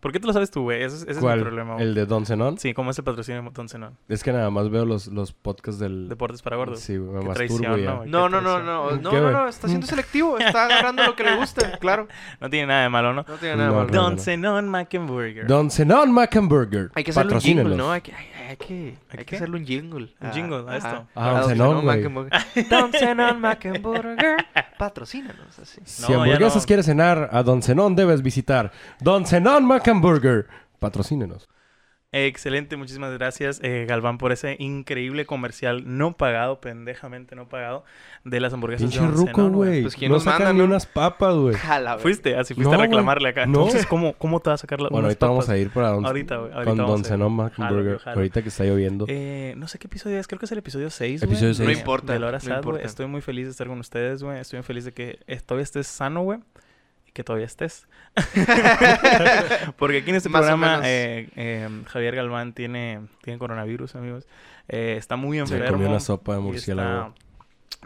¿Por qué te lo sabes tú, güey? Ese, es- ese es mi ¿Cuál? problema, güey. ¿El de Don Zenón? Sí, ¿cómo es el patrocinio de Don Zenón? Es que nada más veo los, los podcasts del... Deportes para gordos. Sí, güey, me Qué masturbo traición, ya. ¿no, güey? No, qué no, no, traición. no, ¿Qué, no, no, güey? no, está siendo selectivo, está agarrando lo que le gusta, claro. No tiene nada de malo, ¿no? No tiene nada No, malo. no. Don Zenón Mackenburger. Don Zenón Mackenburger. Hay que hacerle un jingle, Patrocínenos. ¿no? Hay que, hay, hay que, hay que qué? hacerle un jingle. Un jingle a ajá. esto. Ah, un cenón, Don Zenón güey. Mackenburger. Don Zenón Mackenburger, patrocínanos así. Si No, ya hamburguesas no. quieres cenar, a Don Zenón debes visitar. Don Zenón Mackenburger. Patrocínenos. Excelente, muchísimas gracias, eh, Galván, por ese increíble comercial no pagado, pendejamente no pagado, de las hamburguesas Pinche de Don ruco, Zenón, güey. Pues, ¿quién no nos sacan manda, ni no? unas papas, güey. Jala, pues. güey. Fuiste, así fuiste No, a güey. reclamarle acá. No. Entonces, ¿cómo, ¿cómo te vas a sacar la Bueno, unas ahorita vamos papas? a ir para Don, Ahorita, güey, ahorita con vamos Don a ir. Zenón Jalo, Mackenburger. yo jalo. Ahorita que está lloviendo. Eh, no sé qué episodio es, creo que es el episodio 6. Episodio No seis. importa, De la hora no sad, güey. importa. Estoy muy feliz de estar con ustedes, güey. Estoy muy feliz de que eh, todavía estés sano, güey. Y que todavía estés. Porque aquí en este Más o programa menos. eh, eh, Javier Galván tiene, tiene coronavirus, amigos. Eh, está muy Se enfermo. comió una sopa de y murciélago. está-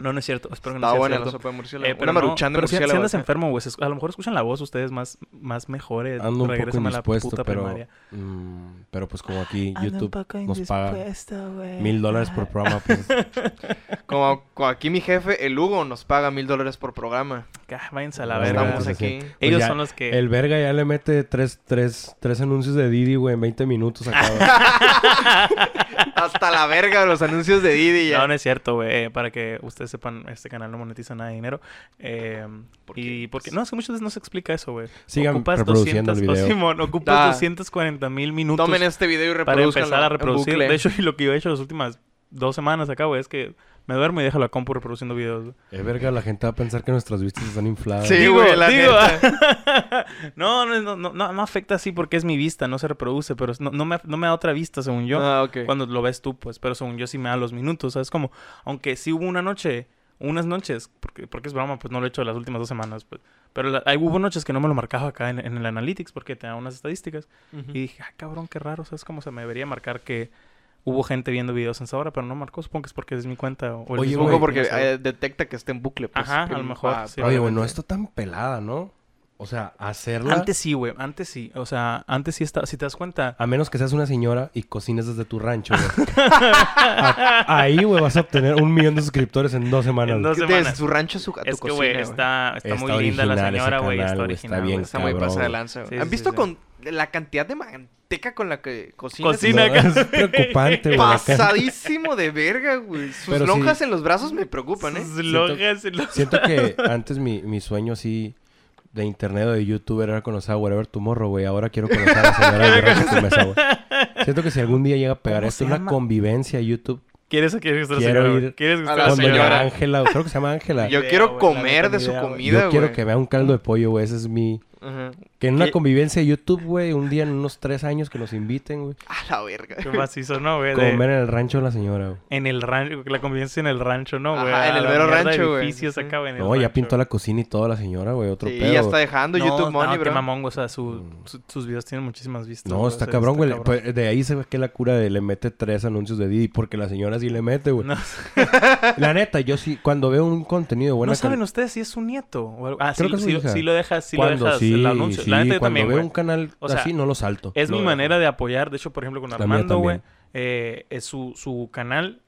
No, no es cierto. Espero que no Está sea buena la cierto. sopa de murciélago. Eh, Una pero no, maruchan de pero si, si murciélago. andas enfermo, güey, se escu- a lo mejor escuchan la voz ustedes más, más mejores. Ando un poco Regrésame a la indispuesto, puta pero... primaria. mm, pero pues como aquí Ando un YouTube poco nos paga indispuesto, güey. mil dólares por programa, pues... Como, como aquí mi jefe, el Hugo, nos paga mil dólares por programa. Ah, Váyanse a la No, verga. Estamos pues, aquí. así. Ellos ya, son los que... El verga ya le mete tres, tres, tres anuncios de Didi, güey, en 20 minutos acaba. Hasta la verga de los anuncios de Didi ya. No, no es cierto, güey. Eh, Para que ustedes sepan, este canal no monetiza nada de dinero. Eh, y porque... No, es que muchas veces no se explica eso, güey. Sigan ocupas reproduciendo 200... el oh, video. Simón, ocupas Ah. 240 mil minutos Tomen este video y para reproduzcanlo. empezar a en reproducir. bucle. De hecho, y lo que yo he hecho las últimas dos semanas acá, güey, es que me duermo y dejo la compu reproduciendo videos. güey. Es Eh, verga, la gente va a pensar que nuestras vistas están infladas. Sí, güey, la no, no, no, no, no, no afecta así porque es mi vista, no se reproduce, pero no, no, me, no me da otra vista, según yo. Ah, ok. Cuando lo ves tú, pues, pero según yo sí me da los minutos, ¿sabes? Como, aunque sí hubo una noche, unas noches, porque, porque es broma, pues no lo he hecho las últimas dos semanas, pues. Pero la- ahí hubo noches que no me lo marcaba acá en, en el Analytics porque te da unas estadísticas. Ujú. Y dije, ah, cabrón, qué raro, ¿sabes? Como se me debería marcar que hubo gente viendo videos en esa hora, pero no marcó, supongo que es porque es mi cuenta. O el Oye, mismo Hugo, güey, porque no sé. eh, detecta que está en bucle. Pues, Ajá, a lo prim- mejor, ah, sí. Oye, güey, no probablemente. está tan pelada, ¿no? O sea, hacerla... Antes sí, güey, antes sí. O sea, antes sí está, si te das cuenta. A menos que seas una señora y cocines desde tu rancho, güey. A- ahí, güey, vas a obtener un millón de suscriptores en dos semanas. En dos Que semanas. Desde su rancho a su, a tu Es que, cocina, güey, güey. está, está, Está muy linda la original ese señora, güey. canal, Está güey, está original. bien güey. Está muy cabrón, pasada de güey. lanza, güey. Sí, ¿Han sí, visto sí. con la cantidad de manteca con la que cocina? Cocina. Sin acá. es preocupante, güey. acá. Pasadísimo de verga, güey. Sus Pero lonjas sí. en los brazos me preocupan, ¿eh? Sus lonjas y los- Siento que antes mi, mi sueño así de internet o de YouTube era conocer a Wherever Tomorrow, güey. Ahora quiero conocer a la señora de Rancho tu mesa, güey. Siento que si algún día llega a pegar ¿Cómo esto, se una llama? convivencia YouTube ¿Quieres o quieres que esté Quiero la señora? ir ¿Quieres que a esté la con doña señora. Ángela. Creo que se llama Ángela. Yo idea, quiero güey, la comer neta, de ni su idea, güey. Yo comida, güey. quiero que vea un caldo de pollo, güey. Ese es mi... Ajá. Que en una ¿Qué? convivencia de YouTube, güey, un día en unos tres años que nos inviten, güey. A la verga. Ah, Qué macizo, ¿no, güey? De- Comer en el rancho de la señora, güey. En el rancho, la convivencia en el rancho, ¿no, güey? Ajá, en A el la mero mierda de rancho, güey. edificios Sí. acá, güey, en el No, ya rancho. pintó la cocina y todo la señora, güey. Otro Sí, pedo. ya está dejando No, YouTube no, Money, qué bro. mamón, o sea, su- su- sus videos tienen muchísimas vistas. Mm. No, güey, está o sea, cabrón, güey. cabrón. Pues, De ahí se ve que la cura de le mete tres anuncios de Didi porque la señora sí le mete, güey. No, La neta, yo sí, cuando veo un contenido de buena ¿No saben cali- ustedes si es su nieto o algo? Ah, sí, Creo que es su sí, hija. sí lo dejas, sí lo cuando dejas sí, el anuncio. sí, la neta yo cuando también, veo güey. un canal O sea, así, no lo salto. Es Lo mi dejo. manera de apoyar. De hecho, por ejemplo, con La mía Armando, güey, también. eh, es su, su canal,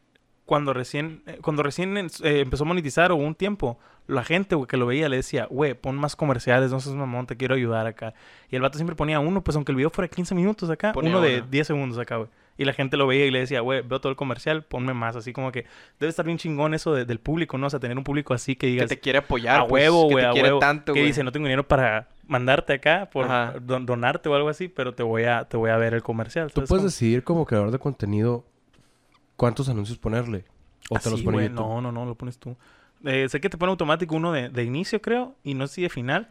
cuando recién, eh, cuando recién en- eh, empezó a monetizar o un tiempo, la gente, güey, que lo veía le decía, güey, pon más comerciales, no seas mamón, te quiero ayudar acá. Y el vato siempre ponía uno, pues aunque el video fuera 15 minutos acá, Ponía uno de uno. 10 segundos acá, güey. Y la gente lo veía y le decía, güey, veo todo el comercial, ponme más. Así como que debe estar bien chingón eso de- del público, ¿no? O sea, tener un público así que Que digas, te quiere apoyar, a pues, huevo, Que güey, te a quiere huevo. tanto, que güey. dice, no tengo dinero para mandarte acá, por Ajá. don- donarte o algo así, pero te voy a, te voy a ver el comercial. Tú ¿sabes puedes cómo? decidir como creador de contenido cuántos anuncios ponerle. O te Así, los pone güey, YouTube. No, no, no, lo pones tú. Eh, sé que te pone automático uno de, de inicio, creo, y no sé si de final.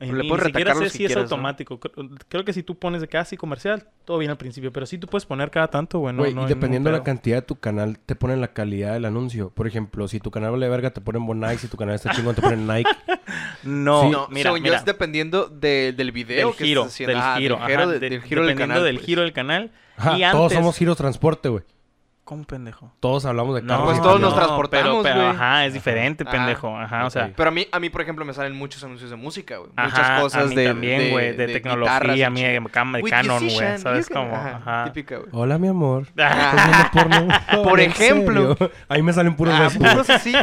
Y Pero Pues le ni puedes siquiera retacarlo sé si si es quieres, ¿no? automático. Cre- Creo que si tú pones de casi comercial, todo bien al principio. Pero sí tú puedes poner cada tanto, güey. No, Güey, no y hay ningún dependiendo de la pedo. cantidad de tu canal, te ponen la calidad del anuncio. Por ejemplo, si tu canal vale verga, te ponen Bon Nike. Si tu canal está chingón, te ponen Nike. No, Sí. No, mira, según mira. yo es dependiendo de- del video del que giro, estás haciendo. del Ah, giro, del giro, ajá, de- de- del giro del dependiendo canal. del pues. giro del canal. Ajá, y antes, Todos somos giro transporte, güey. ¿Cómo pendejo? Todos hablamos de carros. pues y todos camiones. nos pero, transportamos, pero, güey. ajá, es diferente, Ajá. pendejo. Ajá, o sea. Ok. Pero a mí, a mí, por ejemplo, me salen muchos anuncios de música, güey. Muchas Ajá, cosas a mí de. también, güey, de, tecnología, a mí, mía. acá me Canon, güey, ¿sabes cómo? Ajá. Típica, güey. Hola, mi amor. Ah, ¿Estás viendo porno? Por ¿En ejemplo. serio? Ahí me salen puros ah, besos. puros así.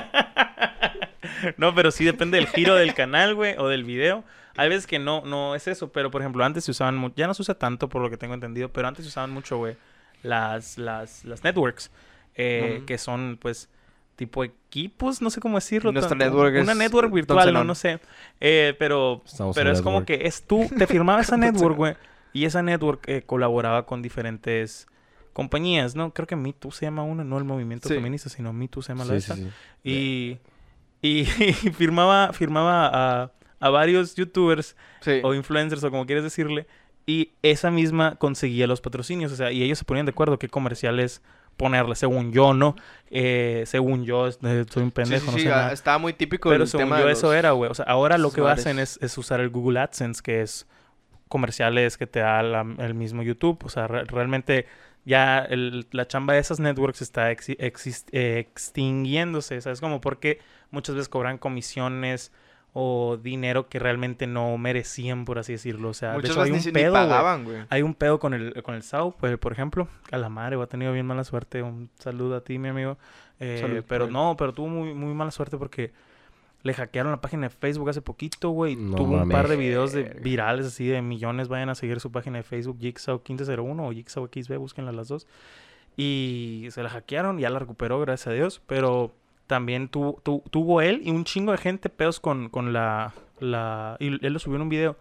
No, pero sí depende del giro del canal, güey, o del video. Hay veces que no, no es eso, pero por ejemplo, antes se usaban mucho, ya no se usa tanto por lo que tengo entendido, pero antes se usaban mucho, güey, las, las, las networks, eh, Ujú. que son, pues, tipo equipos, no sé cómo decirlo. tan- Nuestra network Una es network virtual, Thompson no, On. no sé. Eh, pero Estamos pero en es como network. que es tú, te firmaba esa network, güey, y esa network eh, colaboraba con diferentes compañías, ¿no? Creo que Me Too se llama una, no el movimiento Sí. feminista, sino Me Too se llama la Sí, de sí, esta. sí. Y, y, y firmaba, firmaba a, a varios youtubers Sí. o influencers o como quieres decirle. Y esa misma conseguía los patrocinios. O sea, y ellos se ponían de acuerdo qué comerciales ponerle. Según yo, ¿no? Eh, según yo, es- eh, soy un Sí, pendejo, sí, no sí, sé ah, nada. estaba muy típico Pero el según tema yo de eso los- era, güey. O sea, ahora lo esos que bares. hacen es, es usar el Google AdSense, que es comerciales que te da la- el mismo YouTube. O sea, re- realmente ya el- la chamba de esas networks está exi- exis- eh, extinguiéndose. ¿Sabes? Como porque muchas veces cobran comisiones o dinero que realmente no merecían, por así decirlo. O sea, de Muchas hecho hay un veces ni, ni pedo, güey. pagaban, güey. Hay un pedo con el, con el Sao, pues, por ejemplo. A la madre, güey, ha tenido bien mala suerte. Un saludo a ti, mi amigo. Eh, Salud por pero él. no, pero tuvo muy, muy mala suerte porque le hackearon la página de Facebook hace poquito, güey. No tuvo un par de mames. videos de Verga. virales así de millones. Vayan a seguir su página de Facebook, Jigsaw 1501 o Jigsaw XB, búsquenla las dos. Y se la hackearon, ya la recuperó, gracias a Dios. Pero también tu- tu- tuvo él y un chingo de gente pedos con, con la, la... Y él lo subió en un video.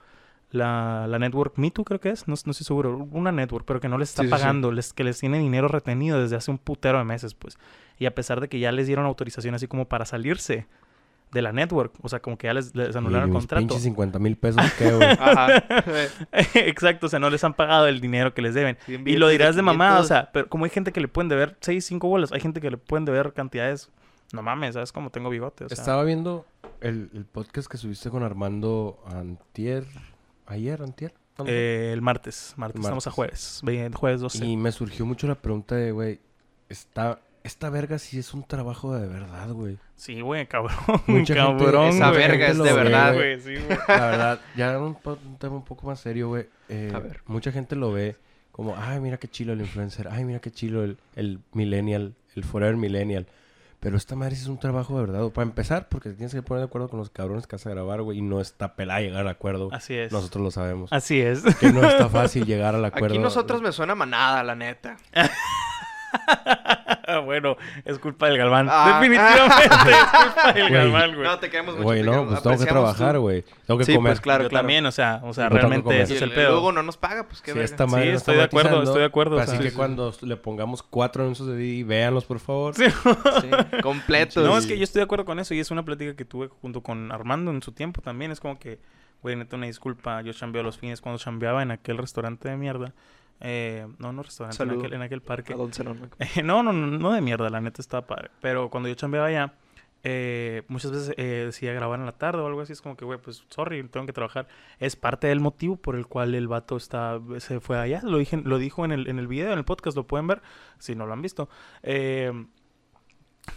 La, la network Me Too creo que es, no, no estoy seguro. Una network, pero que no les está Sí, sí, sí. pagando, Les, que les tiene dinero retenido desde hace un putero de meses, pues. Y a pesar de que ya les dieron autorización así como para salirse de la network. O sea, como que ya les, les anularon Y el mis contrato. Pinches 50 mil pesos, ¿qué, güey? Ajá. Exacto, o sea, no les han pagado el dinero que les deben. Sí, en Y lo billetes de dirás de mamada, o 500. sea, pero como hay gente que le pueden deber 6, 5 bolas, hay gente que le pueden deber cantidades. No mames, ¿sabes? Como tengo bigote, o sea. Estaba viendo el, el podcast que subiste con Armando Antier. ¿Ayer, Antier? ¿Cuándo fue? Eh, el martes, martes, estamos a jueves, Martes. ve- jueves 12. Y me surgió mucho la pregunta de, güey, esta, esta verga sí es un trabajo de verdad, güey. Sí, güey, cabrón, Mucha cabrón. gente- esa güey. mucha verga gente es lo de ve, verdad, Sí, güey, sí, güey. La verdad, ya un, po- un tema un poco más serio, güey. Eh, A ver. Mucha gente lo ve como, ay, mira qué chilo el influencer, ay, mira qué chilo el, el millennial, el forever millennial. Pero esta madre sí es un trabajo de verdad. güey. Para empezar, porque te tienes que poner de acuerdo con los cabrones que vas a grabar, güey, y no está pelada llegar al acuerdo. Así es. Nosotros lo sabemos. Así es. Que no está fácil llegar al acuerdo. Aquí nosotros me suena manada, la neta. bueno, es culpa del Galván. Ah. Definitivamente es culpa del Güey. Galván, güey. No, te queremos mucho. Güey, te no, queremos- pues tengo que apreciamos trabajar, tu- güey. Tengo que Sí, comer. pues claro, Yo claro. también, o sea, o sea, Yo tampoco realmente como. ese Y es el, el pedo. luego no nos paga, pues qué Sí, verga. esta madre Sí, la estoy de acuerdo, traumatizando. estoy de acuerdo, o Así sea, que sí, cuando le pongamos cuatro anuncios de Didi, véanlos, por favor. Sí. Sí, completo. No, y- es que yo estoy de acuerdo con eso y es una plática que tuve junto con Armando en su tiempo también. Es como que, güey, neta, una disculpa. Yo chambeo los fines cuando chambeaba en aquel restaurante de mierda. Eh, no, no restaurante, en Saludo. aquel, en aquel parque. ¿A dónde se nos- Eh, no, no, no, no de mierda, la neta estaba padre. Pero cuando yo chambeaba allá, eh, muchas veces eh, decía grabar en la tarde o algo así. Es como que, güey, pues sorry, tengo que trabajar. Es parte del motivo por el cual el vato está, se fue allá. Lo, dije, lo dijo en el, en el video, en el podcast, lo pueden ver si no lo han visto. Eh,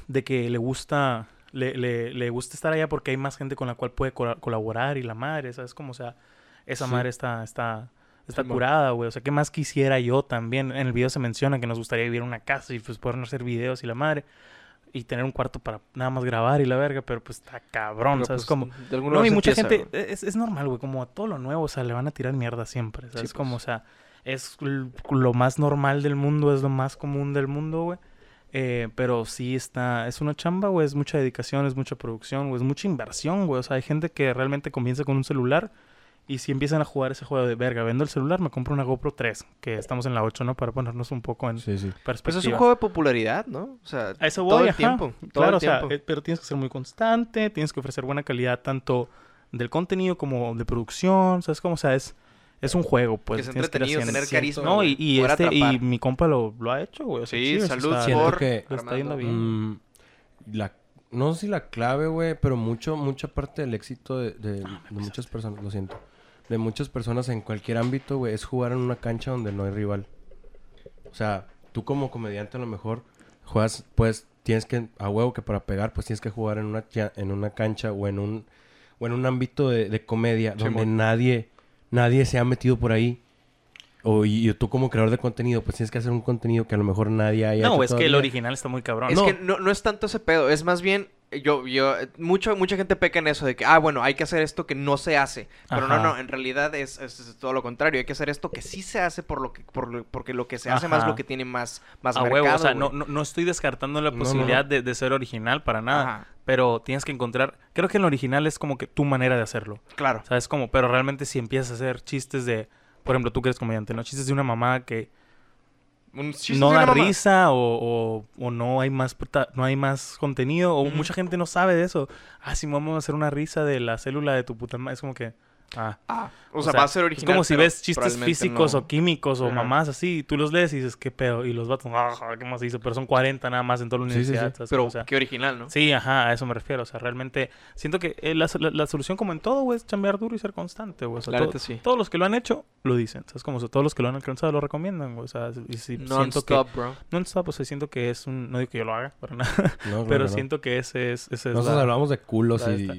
de que le gusta. Le, le- le gusta estar allá porque hay más gente con la cual puede cola- colaborar y la madre, ¿sabes? Como, o sea, esa Sí. madre está, está, está Simón. curada, güey. O sea, ¿qué más quisiera yo también? En el video se menciona que nos gustaría vivir en una casa y pues poder hacer videos y la madre. Y tener un cuarto para nada más grabar y la verga, pero pues está cabrón, Pero, ¿sabes? pues, como... de alguna No, y vez mucha empieza, gente... e, güey. Es, es normal, güey. Como a todo lo nuevo, o sea, le van a tirar mierda siempre, ¿sabes? Como, o pues. sea, es l- lo más normal del mundo, es lo más común del mundo, güey. Eh, pero sí está... Es una chamba, güey. Es mucha dedicación, es mucha producción, güey. Es mucha inversión, güey. O sea, hay gente que realmente comienza con un celular... Y si empiezan a jugar ese juego de verga, vendo el celular, me compro una GoPro 3, que estamos en la 8, ¿no? Para ponernos un poco en Sí, sí. perspectiva. Pues es un juego de popularidad, ¿no? O sea, A eso voy, todo el ajá. tiempo. Todo claro, el tiempo. o sea, eh, pero tienes que ser muy constante, tienes que ofrecer buena calidad tanto del contenido como de producción, ¿sabes cómo? O sea, es, es un juego, pues. que es tienes ir entretenido, haciendo. tener cierto, carisma. No, y, güey, y poder este, y atrapar. mi compa lo, lo ha hecho, güey. o sea, Sí, o sea, salud está- Siento por- que lo está yendo Armando. bien. Mm, la, no sé si la clave, güey, pero mucho, mucha parte del éxito de, Ah, de- de muchas personas, lo siento, de muchas personas en cualquier ámbito, güey, es jugar en una cancha donde no hay rival. O sea, tú como comediante a lo mejor Juegas, pues, tienes que, a huevo que para pegar, pues tienes que jugar en una, cha- en una cancha o en un, o en un ámbito de, de comedia donde Simón. nadie, nadie se ha metido por ahí. O, y, y tú como creador de contenido, pues tienes que hacer un contenido que a lo mejor nadie haya No, hecho es que el todavía. original está muy cabrón. Es No, que no, no es tanto ese pedo, es más bien, eh, yo, yo, eh, mucho, mucha gente peca en eso de que, ah, bueno, hay que hacer esto que no se hace. Pero no, Ajá. no, en realidad es, es- es todo lo contrario, hay que hacer esto que sí se hace por lo que, por, lo- porque lo que se hace más Ajá. lo que tiene más, más a mercado. huevo, o sea, güey. no, no, no estoy descartando la No, no, posibilidad De, de ser original para nada, Ajá. pero tienes que encontrar, creo que en lo original es como que tu manera de hacerlo, Claro. ¿sabes? Como, pero realmente si empiezas a hacer chistes de, por ejemplo, tú que eres comediante, ¿no? Chistes de una mamá que Un chiste no de da una mamá. risa o, o- o no hay más prota- no hay más contenido o Ujú. mucha gente no sabe de eso. Ah, si vamos a hacer una risa de la célula de tu puta madre, es como que... Ah. Ah, o, sea, va a ser es original. como si pero ves chistes probablemente físicos no. o químicos o Ajá. mamás así, y tú los lees y dices, qué pedo. Y los vatos, ah, ¿qué más hizo? Pero son 40 nada más en toda la Sí, sí, sí. universidad. ¿sabes? Pero O sea, qué original, ¿no? Sí, ajá, a eso me refiero. O sea, realmente siento que eh, la, la- la solución, como en todo, güey, es chambear duro y ser constante, güey. O sea, La todo- neta sí. todos los que lo han hecho lo dicen. O sea, es como si todos los que lo han alcanzado lo recomiendan, güey. O sea, y si siento que. Non-stop, bro. No, o sea, siento que es un. No digo que yo lo haga, para nada. No, claro pero que no. siento que ese es. Ese es Nosotros la- hablamos de culos la y...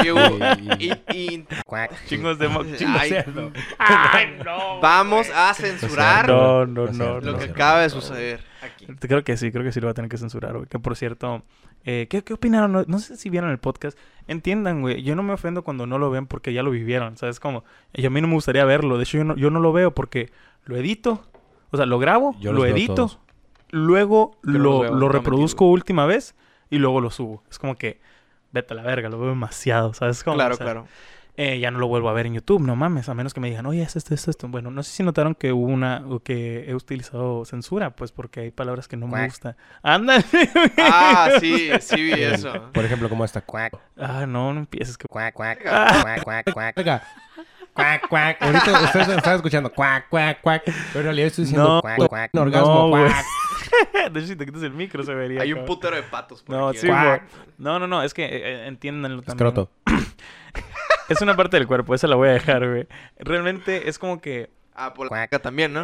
Oye, Hugo, y- y- y- y- Chingos de. mo- chingos- Ay, ¡Ay, no! vamos a censurar No, no, Lo no. siento, no. lo que no. acaba de suceder aquí. Creo que sí, creo que sí lo va a tener que censurar, güey. Que por cierto, eh, ¿qué, qué opinaron? No, no sé si vieron el podcast. Entiendan, güey. Yo no me ofendo cuando no lo ven porque ya lo vivieron, ¿sabes? Como, y a mí no me gustaría verlo. De hecho, yo no, yo no lo veo porque lo edito. O sea, lo grabo, Yo lo los veo edito, todos. luego Yo los lo, veo, lo no, reproduzco última vez y luego lo subo. Es como que, vete a la verga, lo veo demasiado, ¿sabes? Como, Claro, o sea, claro. eh, ya no lo vuelvo a ver en YouTube, no mames, a menos que me digan, oye, es esto, es esto. Bueno, no sé si notaron que hubo una, o que he utilizado censura, pues porque hay palabras que no me Cuac. gustan. ¡Ándale! güey! Ah, sí, sí vi el- eso. Por ejemplo, como esta... Cuac, Ah, no, no empieces que... quack quack quack quack quack Oiga. Cuac, cuac. Ahorita ustedes lo están escuchando. Cuac, cuac, cuac. Pero en realidad estoy No, diciendo cuac, cuac, un orgasmo. no, güey. cuac. De hecho, si te quitas el micro se vería. Hay un cabrón. putero de patos por No, aquí. sí, ¿eh? güey. no, no, no, es que eh, eh, entiéndanlo también. Escroto. Es una parte del cuerpo, esa la voy a dejar, güey. Realmente es como que... Ah, por la caca también, ¿no?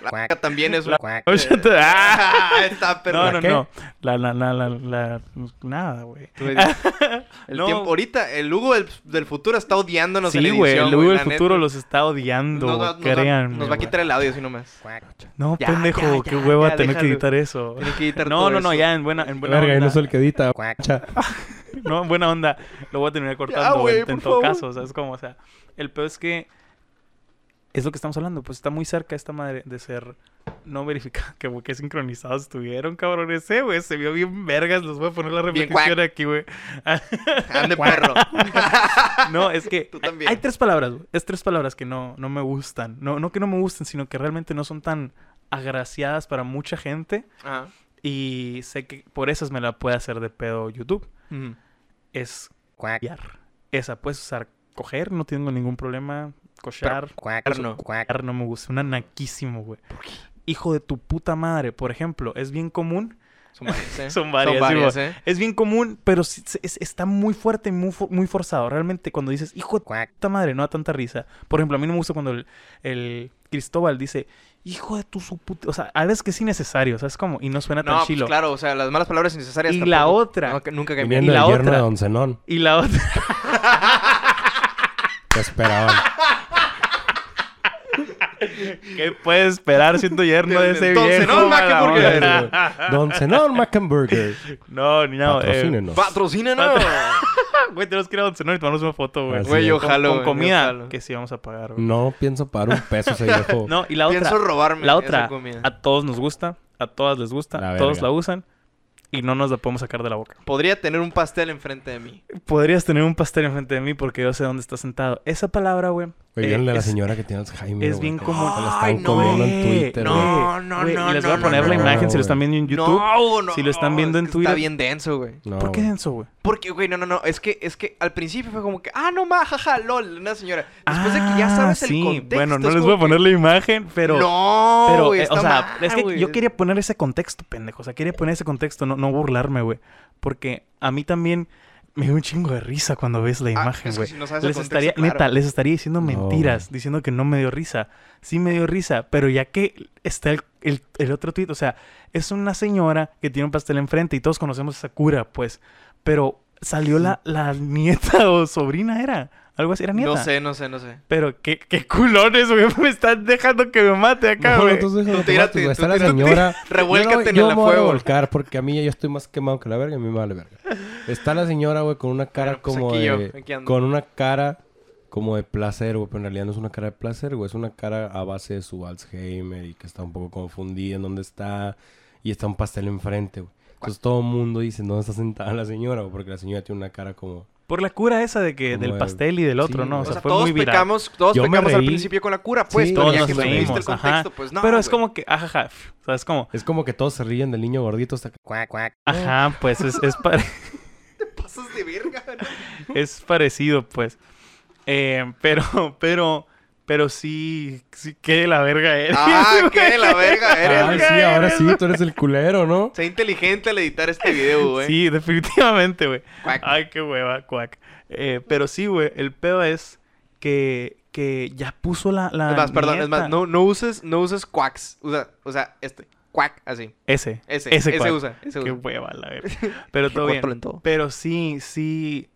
La Cuac. caca también es un... quack ¡Ah! Ah, está No, perro. no, ¿Qué? no. La, la, la, la, la... pues, Nada, güey. Tú me dices. El No. tiempo ahorita, el Hugo del, del futuro está odiándonos en Sí, güey, edición, el Hugo del la neta. futuro los está odiando, Nos va- güey, nos va- créanme, Nos va a güey. quitar el audio así nomás. quack No, Ya, pendejo, ya, qué ya, hueva ya, tener que déjalo. editar eso. Tiene que editar No, todo no, no, eso. ya en buena, en buena Verga, yo onda. no soy el que edita. quack Cha. No, en buena onda. Lo voy a terminar cortando güey, en, en por todo favor. caso, ¿sabes cómo? O sea, el peor es que es lo que estamos hablando, pues está muy cerca esta madre de ser no verificada, que güey, qué sincronizados estuvieron, cabrón, ese, güey, se vio bien vergas, los voy a poner la Bien repetición aquí, güey. Ande perro. No, es que Tú hay- también. hay tres palabras, güey. Es tres palabras que no, no me gustan. No, no que no me gusten, sino que realmente no son tan agraciadas para mucha gente. Ajá. Y sé que por esas me la puede hacer de pedo YouTube. Es quack copiar. Esa puedes usar coger, no tengo ningún problema. Cochar. quack No. quack cochar no me gusta. Un anaquísimo, güey. Hijo de tu puta madre, por ejemplo. Es bien común. Son varias, ¿eh? Son varias, sí, güey. ¿eh? Es bien común, pero sí- se- es- está muy fuerte y muy, fo- muy forzado. Realmente cuando dices, hijo de quack puta madre, no da tanta risa. Por ejemplo, a mí no me gusta cuando el, el Cristóbal dice, hijo de tu su puta. O sea, a veces que es innecesario, o sea, es como, y no suena No, tan pues chilo. claro, o sea, las malas palabras innecesarias Y la tampoco- otra. No, que nunca que Viniendo Y la del yerno otra. de Don Zenón. Y la otra, Te esperaban. ¿qué puede esperar siendo yerno de ese Entonces, viejo? no, mala Macklenburger. onda? Don Zenón Mackenburger. No, ni nada. eh, Patrocínenos. Patrocínanos. Güey, tenemos que ir a Don Zenón y tomamos una foto, güey. Así Güey, es. yo Con- jalo. Con güey, yo comida jalo. que sí vamos a pagar, güey. No pienso pagar un peso ese viejo. No, y la otra, Pienso robarme la esa otra, comida. a todos nos gusta, a todas les gusta, La todos verga. la usan y no nos la podemos sacar de la boca. Podría tener un pastel enfrente de mí. Podrías tener un pastel enfrente de mí porque yo sé dónde estás sentado. Esa palabra, güey. Oye, eh, vieron a la es- señora que tiene Alzheimer. es güey, bien que común. Se la Ay, están no, comiendo en güey, Twitter. no, güey. no, Güey, y les voy a no, poner no, la no, imagen si güey. lo están viendo en YouTube. No, no. si lo están viendo es en que Twitter- Está bien denso, güey. No, ¿Por qué güey. denso, güey? Porque, güey, no, no, no. Es que, es que al principio fue como que, ah, no más, jaja, lol, una señora. Después de que ya Ah, sabes sí. el contexto. Bueno, no es les como voy a poner la imagen, pero. que, No, Pero, Oh, güey, eh, o está sea, mal, es que güey. yo quería poner ese contexto, pendejo. O sea, quería poner ese contexto, no, no burlarme, güey. Porque a mí también me dio un chingo de risa cuando ves la Ah, imagen, es que güey. si no sabes el les contexto, estaría, claro. neta, les estaría diciendo No, mentiras, diciendo que no me dio risa. Sí me dio risa, pero ya que está el el, el otro tweet, o sea, es una señora que tiene un pastel enfrente y todos conocemos a Sakura, pues. Pero salió la, la nieta o sobrina, era. Algo así, era nieta. No sé, no sé, no sé. Pero qué, qué culones, güey. Me están dejando que me mate acá, No, güey. no, tú deja Tú los tírate, tomates, güey. tú Está la tírate. señora. Revuélcate yo, no- en yo el me voy a fuego. volcar porque a mí ya yo estoy más quemado que la verga y a mí me vale verga. Está la señora, güey, con una cara Bueno, pues, como aquí yo, de... aquí ando. Con una cara como de placer, güey. Pero en realidad no es una cara de placer, güey. Es una cara a base de su Alzheimer y que está un poco confundida en dónde está. Y está un pastel enfrente, güey. Entonces todo el mundo dice, ¿dónde está sentada la señora? güey? Porque la señora tiene una cara como... Por la cura esa de que Como del el- pastel y del otro, sí, ¿no? O güey. sea, O sea, fue todos muy viral. pecamos, todos Yo me pecamos al reí. principio con la cura, pues, Sí, pero Todos ya nos que me reímos, dijiste el ajá. contexto, pues no. Pero es güey. como que, ajaja, pf, o sea, es como, Es como que todos se ríen del niño gordito hasta que... quack, quack, ajá, pues es, es, pare- Pasas de verga, ¿no? es parecido, pues. Eh, pero, pero, pero sí, sí, qué de la verga eres. Ah, güey. qué de la verga eres. Ay, güey. "Ah, sí, ahora eres, sí, tú eres el culero, ¿no? Sé inteligente al editar este video, güey. Sí, definitivamente, güey. Cuac. Ay, qué hueva, cuac. Eh, pero sí, güey, el pedo es que, que ya puso la, la Es más, perdón, es nieta. más, no, no uses, no uses quacks. Usa, o sea, este, quack, así. Ese, Ese, ese, cuac. usa, ese Qué usa. hueva, la verga. Pero todo bien. Guárdalo en todo. Pero sí, sí.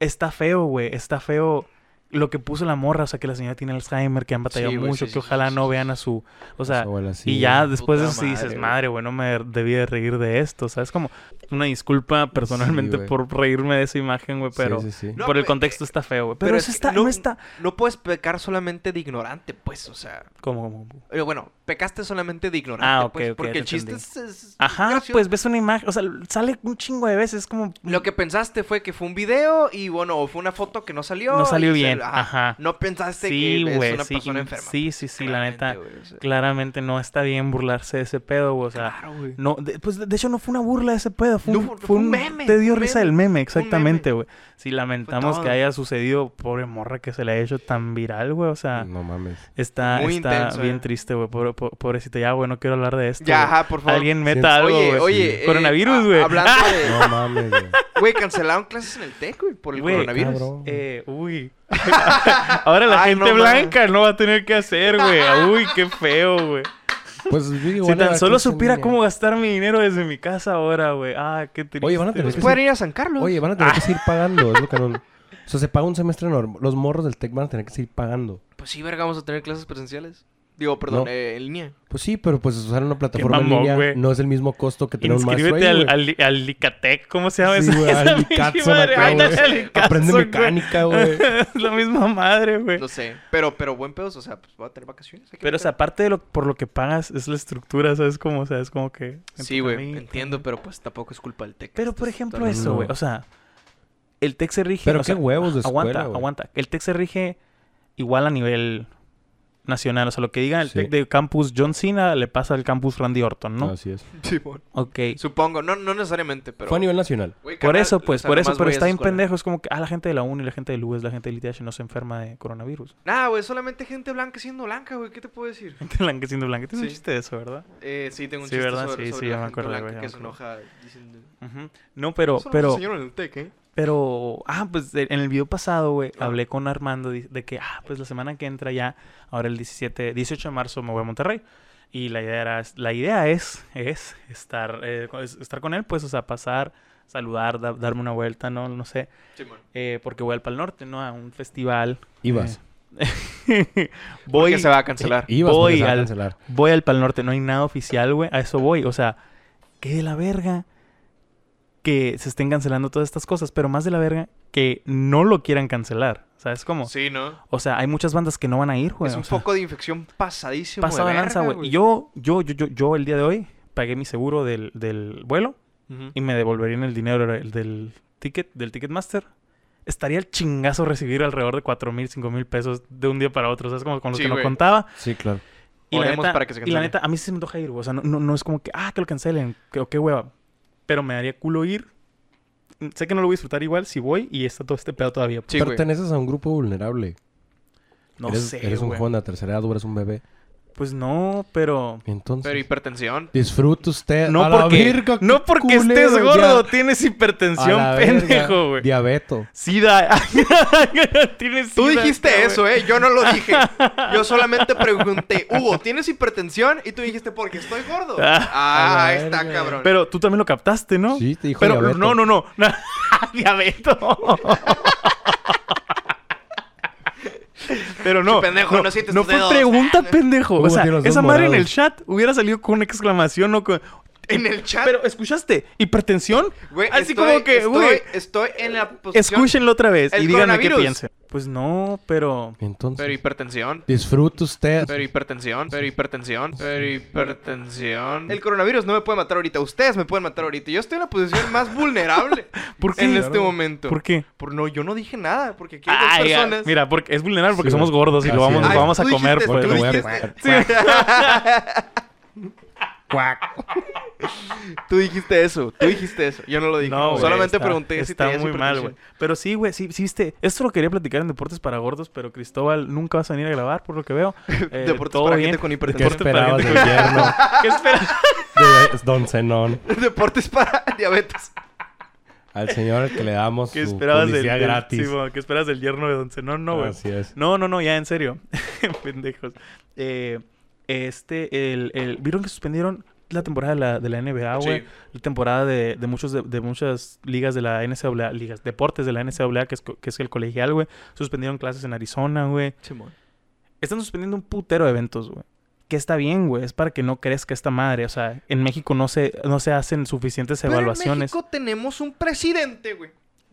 Está feo, güey. Está feo lo que puso la morra. O sea, que la señora tiene Alzheimer, que han batallado Sí, güey, mucho, sí, que sí, ojalá sí, no sí, vean a su. O sea, Su abuela, sí. y ya después de puta eso sí dices, madre, güey. madre, güey, no me debí de reír de esto. O sea, es como una disculpa personalmente güey. por reírme de esa imagen, güey, Sí, pero. sí, sí. No, por el güey, contexto está feo, güey. Pero, es eso que está, no, está. No puedes pecar solamente de ignorante, pues, o sea. ¿Cómo, cómo, cómo? eh, Bueno, pecaste solamente de ignorante, Ah, ok, pues, ok, porque ya el te chiste es, entendí. es Ajá, gracioso. pues ves una imagen. O sea, sale un chingo de veces. Es como. Lo que pensaste fue que fue un video y bueno, o fue una foto que no salió. No salió y se- bien, ajá. ah, No pensaste Sí, que es güey. una Sí, persona enferma. sí, sí, sí, la neta. Claramente, güey, o sea. Claramente no está bien burlarse de ese pedo, güey. O sea, Claro, güey. No, de, pues de de hecho no fue una burla ese pedo, fue, No, un, fue- fue fue un un- meme, Te dio fue un risa meme, el meme, fue un exactamente, meme. güey. Si lamentamos que todo. haya sucedido, pobre morra que se le haya hecho tan viral, güey. O sea, No mames. está, Mm. Muy está intenso, bien eh. triste, güey. Pobre- po- pobrecita, ya, güey, no quiero hablar de esto. Ya, güey. ajá, por favor. Alguien meta Siento- algo, oye, güey. oye. eh, Sí. Coronavirus, a- güey. Hablando de. No mames, güey. Güey, cancelaron clases en el TEC, güey, por el Güey, coronavirus. cabrón. Eh, uy. Ahora la Ay, gente no mames. blanca no va a tener que hacer, güey. Uy, qué feo, güey. Pues digo, Si tan van a dar solo clases en supiera línea. cómo gastar mi dinero desde mi casa ahora, güey. Ah, qué triste. Oye, van a güey. tener que Pueden ir a San Carlos. Oye, van a tener que seguir pagando, es lo que no... O sea, se paga un semestre normal. Los morros del TEC van a tener que seguir pagando. Pues sí, verga, vamos a tener clases presenciales. Digo, perdón, No. eh, en línea. Pues sí, pero pues usar una plataforma en mamón, línea güey. no es el mismo costo que tener un maestro Inscríbete ahí, al, güey. al, al Licatec, ¿cómo se llama Sí, esa, güey, esa al pinche Licatson madre? acá, Ándale, güey. al Licatson, Aprende güey. mecánica, güey. es la misma madre, güey. No sé. Pero, pero buen pedos, o sea, pues voy a tener vacaciones. hay que Pero, o sea, meter- aparte de lo, por lo que pagas, es la estructura, ¿sabes cómo? O sea, es como que... Sí, güey, Entonces, entiendo, pero pues tampoco es culpa del TEC. Pero, Esto por es ejemplo, todo- eso, güey. No. O sea, el TEC se rige... Pero o qué sea, huevos de Aguanta, escuela, güey. aguanta. El TEC se rige igual a nivel nacional. O sea, lo que diga el Sí. TEC de campus John Cena le pasa al campus Randy Orton, ¿no? Así es. Sí, bueno, Ok. Supongo, no, no necesariamente, pero. Fue a nivel nacional. Güey, Por carnal, eso, o pues, sea, por eso, nomás pero voy a está esa bien escuela. pendejo. Es como que, ah, la gente de la UNI, la gente del UES, la gente del ITH no se enferma de coronavirus. Nah, güey, solamente gente blanca siendo blanca, güey, ¿qué te puedo decir? Blanca siendo blanca. Tienes un Sí. chiste de eso, ¿verdad? Eh, sí, tengo un Sí, chiste ¿verdad? sobre, Sí, sobre sí, ya la me gente acuerdo, blanca güey, ya que me se enoja acuerdo. diciendo... No, pero, "Son pero, los señores del TEC, ¿eh? pero, ah, pues de- en el video pasado, güey, Ah. hablé con Armando di- de que, ah, pues la semana que entra ya, ahora el 17, 18 de marzo me voy a Monterrey. Y la idea, era, la idea es, es estar, eh, con- es- estar con él, pues, o sea, pasar, saludar, da- darme una vuelta, no, no sé, Sí, bueno. eh, porque voy al Pal Norte, ¿no? A un festival. Eh, Ibas. voy, Que se va a cancelar. Ibas voy porque se va a al- cancelar. Voy al Pal Norte, no hay nada oficial, güey. A eso voy. O sea, qué de la verga que se estén cancelando todas estas cosas, pero más de la verga que no lo quieran cancelar. ¿Sabes cómo? Sí, ¿no? O sea, hay muchas bandas que no van a ir, güey. es o un sea, poco de infección pasadísimo. pasado de lanza, güey. Y yo, yo, yo, yo, yo el día de hoy pagué mi seguro del, del vuelo y me devolverían el dinero del- del ticket, del Ticketmaster. Estaría el chingazo recibir alrededor de cuatro mil, cinco mil pesos de un día para otro. ¿Sabes? Como con los Sí, que no güey. contaba. Sí, claro. Y la, Oremos neta, para que se y la cancele. neta, a mí sí se me antoja ir, güey. O sea, no, no, no es como que, ah, que lo cancelen, que, o qué hueva. Pero me daría culo ir. Mm, Sé que no lo voy a disfrutar igual si voy y está todo este pedo todavía. Sí, güey. Perteneces a un grupo vulnerable. No eres, sé, Eres un güey. joven de la tercera edad, o eres un bebé. Pues no, pero... Entonces, Pero hipertensión. disfruta usted. No Eh, a la porque, virga, no qué porque estés culero, gordo, ya. tienes A la hipertensión, verga, pendejo, güey. Diabeto. Sida. tienes Tú sida, dijiste güey. eso, ¿eh? Yo no lo dije. Yo solamente pregunté, Hugo, ¿tienes hipertensión? Y tú dijiste, porque estoy gordo. Ah. Ah, A ahí la está, verga. cabrón. Pero tú también lo captaste, ¿no? Sí, te dijo Pero diabeto. no, no, no. Diabeto. Pero no. Sí, pendejo, no sientes no tus fue dedos. pregunta, pendejo. O Hugo sea, tiene los dedos esa madre en morados. el chat hubiera salido con una exclamación o con. En el chat. Pero, ¿escuchaste? ¿Hipertensión? Güey, Así estoy- como que, estoy, güey, Estoy en la posición. escúchenlo otra vez El y díganme qué coronavirus. piensen. Pues no, pero. Entonces, Pero hipertensión. disfruta usted. Pero hipertensión, pero hipertensión, pero hipertensión. El coronavirus no me puede matar ahorita. Ustedes me pueden matar ahorita. Yo estoy en la posición más vulnerable ¿Por qué? en este momento. ¿Por qué? Por- no, yo no dije nada, porque aquí hay dos Ay, ah, personas. mira, porque es vulnerable porque Sí, somos güey. gordos y lo Así vamos, es. lo Ay, vamos a tú comer. dijiste, Pues, tú lo voy a dijiste, comer. Quack. Tú dijiste eso, tú dijiste eso. Yo no lo dije. No, güey, Solamente está- pregunté si Está tenías muy mal, güey. hipertensión. Pero sí, güey, sí, sí, viste. Esto lo quería platicar en Deportes para Gordos, pero Cristóbal nunca vas a venir a grabar, por lo que veo. Eh, Deportes todo para bien. gente con ¿Qué hipertensión. Deporte para esperabas de gente con- yerno? ¿Qué esperas? de Don Zenón? Deportes para diabetes. Al señor al que le damos ¿Qué su esperabas del, publicidad del- gratis. sí, güey, ¿Qué esperas del yerno de Don Zenón? No, Ah, güey. Así es. No, no, no, ya, en serio. Pendejos. Eh, este, el, el- ¿Vieron que suspendieron la temporada de la, de la NBA, güey? Sí. La temporada de, de muchos, de, de muchas ligas de la NCAA, ligas, deportes de la NCAA, que es, co- que es el colegial, güey. Suspendieron clases en Arizona, güey. Están suspendiendo un putero de eventos, güey. Que está bien, güey. Es para que no crezca esta madre. O sea, en México no se, no se hacen suficientes Pero en evaluaciones. México tenemos un presidente, güey.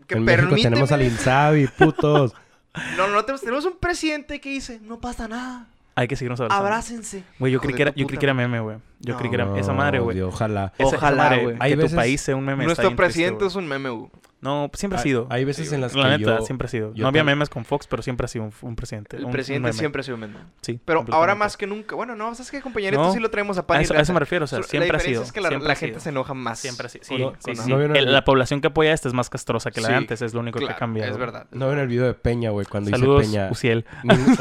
Que en permite. México tenemos al Insabi, putos. No, no, tenemos, tenemos un presidente que dice, no pasa nada, Hay que seguirnos abrazando. abrácense. Güey, yo Hijo creí de que era, tu yo creí puta que era meme, güey. Yo creí que era esa madre, güey. Dios, Ojalá. Esa- esa Ojalá, madre, güey. Que Hay tu veces- país sea un meme. está Nuestro bien triste, presidente güey. es un meme, Hugo. No, pues, siempre ha Hay- sido. Hay veces en las que la neta, yo... siempre ha sido. yo No había también- memes con Fox, pero siempre ha sido un, un presidente. El un- un presidente meme. siempre ha sido meme. Sí. Pero ahora completamente. más que nunca. Bueno, no, ¿sabes qué, compañero? No. Esto sí lo traemos a pan A y eso, a rata. eso me refiero, o sea, Solo- siempre la ha sido. diferencia es que la, siempre la ha gente sido. se enoja más. Siempre ha sido. Sí, Con- sí, con- sí. no había una- El- la población que apoya esta es más castrosa que la de Sí. antes. Es lo único que ha Claro, cambiado. Es verdad. No ven el video de Peña, güey, cuando Saludos, dice Peña. Uciel. Ningún,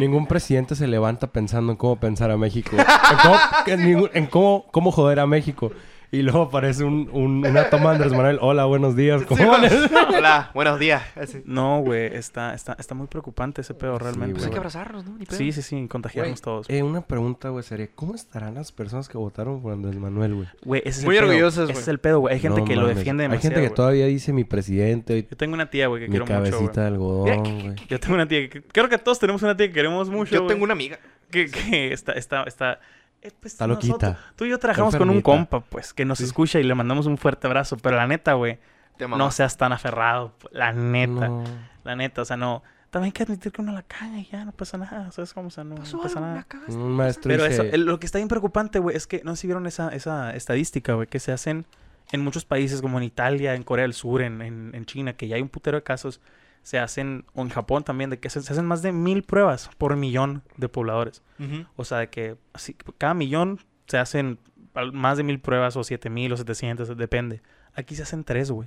ningún presidente se levanta pensando en cómo pensar a México. En cómo, en ningún- en cómo, cómo joder a México. Y luego aparece un, un- una toma de Andrés Manuel. Hola, buenos días. ¿Cómo Sí, van? Hola, buenos días. Así. No, güey, está, está, está muy preocupante ese pedo realmente. güey. Pues hay güey. que abrazarnos, ¿no? Ni pedo. sí, sí, sí, contagiarnos todos. Eh, una pregunta, güey, sería... ¿Cómo estarán las personas que votaron por Andrés Manuel, güey? Güey, ese es Muy el pedo. orgullosos, Ese güey. es el pedo, güey. Hay gente No que lo mames. defiende Hay demasiado. gente que güey. todavía dice mi presidente, Yo tengo una tía, güey, que mi quiero cabecita mucho, güey. de algodón, güey. Yo tengo una tía que... Creo que todos tenemos una tía que queremos mucho, Yo güey. tengo una amiga. Que, que está... está, está... eh, pues, Está loquita. Tú y yo trabajamos con un enfermita. compa, pues, que nos Sí. escucha y le mandamos un fuerte abrazo. Pero la neta, güey, Te amamos. no seas tan aferrado. pues, La neta, No. la neta. O sea, no... También hay que admitir que uno la caga y ya no pasa nada. ¿Sabes cómo? O sea, no, no Pasó pasa algo, nada. la cagaste. Un maestro Pero dice... eso, el- lo que está bien preocupante, güey, es que no sé si vieron esa, esa estadística, güey, que se hacen en muchos países, como en Italia, en Corea del Sur, en, en- en China, que ya hay un putero de casos, se hacen, o en Japón también, de que se, se hacen más de mil pruebas por millón de pobladores. Ujú. O sea, de que así, cada millón se hacen al- más de mil pruebas, o siete mil, o setecientos, depende. Aquí se hacen tres, güey.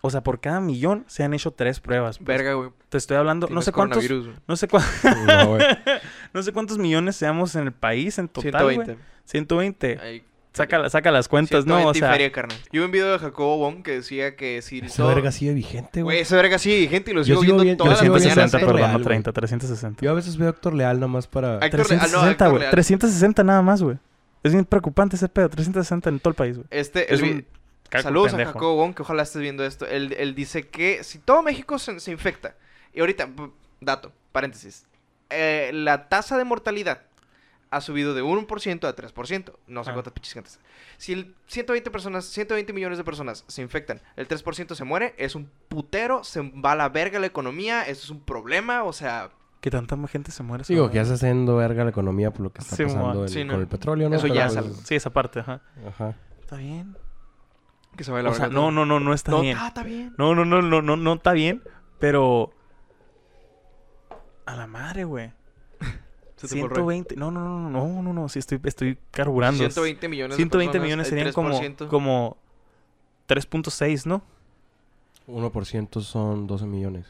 O sea, por cada millón se han hecho tres pruebas. pues. Verga, güey. Te estoy hablando, no Tienes sé cuántos, coronavirus, güey. no sé cuántos. No, güey. No sé cuántos millones seamos en el país en total. 120. 120. 120. Ahí. Saca, la- saca las cuentas, ¿no? 120 O y sea, feria, carnal. Yo vi un video de Jacobo Wong que decía que si Esa todo- verga sigue vigente, Güey, güey. esa verga sí, gente, y lo Yo sigo, sigo viendo bien- yo todas las sigo mañanas. 360, viendo eh. perdón, no real, 30, 360. Yo a veces veo a Héctor Leal nomás para... Ay, Héctor Leal, no, 360, Héctor güey. Leal. 360 nada más, güey. Es bien preocupante ese pedo. 360 en todo el país, güey. Este, Es el vi- un caco Saludos pendejo. a Jacobo Wong, que ojalá estés viendo esto. Él, él dice que si todo México se, se infecta, y ahorita, p- dato, paréntesis, eh, la tasa de mortalidad ha subido de 1% a 3%. No sé Ah. cuántas pinches gentes. Si el 120, personas, 120 millones de personas se infectan, el 3% se muere, es un putero, se va a la verga la economía, eso es un problema, o sea, Que tanta gente se muere. Digo, ¿sabes? que ya se está haciendo verga la economía por lo que está Sí, pasando mo- en- sí, no. con el petróleo, ¿no? Eso ya pues, sabes. Sí, esa parte, ajá. Ajá. Está bien. que se va a la O sea, verga no, todo. no, no, no está No, bien. ah, está bien. No, no, no, no, no, no está bien. Pero. A la madre, güey. Se te fue el rollo. 120, no, no, no, no, no, no, no, sí estoy, estoy carburando. 120 millones de 120 personas, millones el serían como, 3%. como 3.6, ¿no? 1% son 12 millones.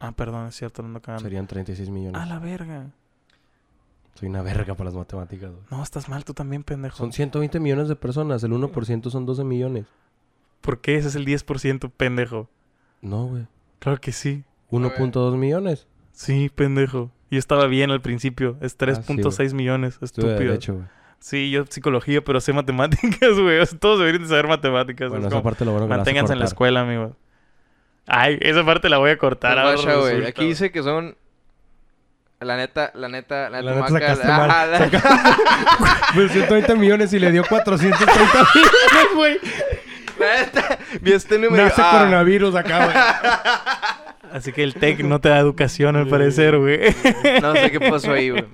Ah, perdón, es cierto, no ando cagando. Serían 36 millones. A la verga. Soy una verga para las matemáticas, güey. No, estás mal tú también, pendejo. Son 120 millones de personas, el 1% son 12 millones. ¿Por qué ese es el 10%, pendejo? No, güey. Claro que sí. 1.2 millones. Sí, pendejo. Yo estaba bien al Ah, principio. Es 3.6 millones. Estuve de Estúpido. derecho, güey. Sí, yo psicología, pero sé matemáticas, güey. O sea, Todos deberían de saber matemáticas. Bueno, Es esa como, parte lo bueno que la vas a manténganse en la cortar. escuela, amigos. Ay, esa parte la voy a cortar. ahora Guacha, güey. resulta, Aquí dice que son. La neta, la neta, la La neta. neta maca- sacaste Ajá, mal. la- Pues 120 millones y le dio 430 millones, güey. la neta. Vi este número. Nace ah, coronavirus acá, güey. Así que el TEC no te da educación, al parecer, güey. No sé qué pasó ahí, güey.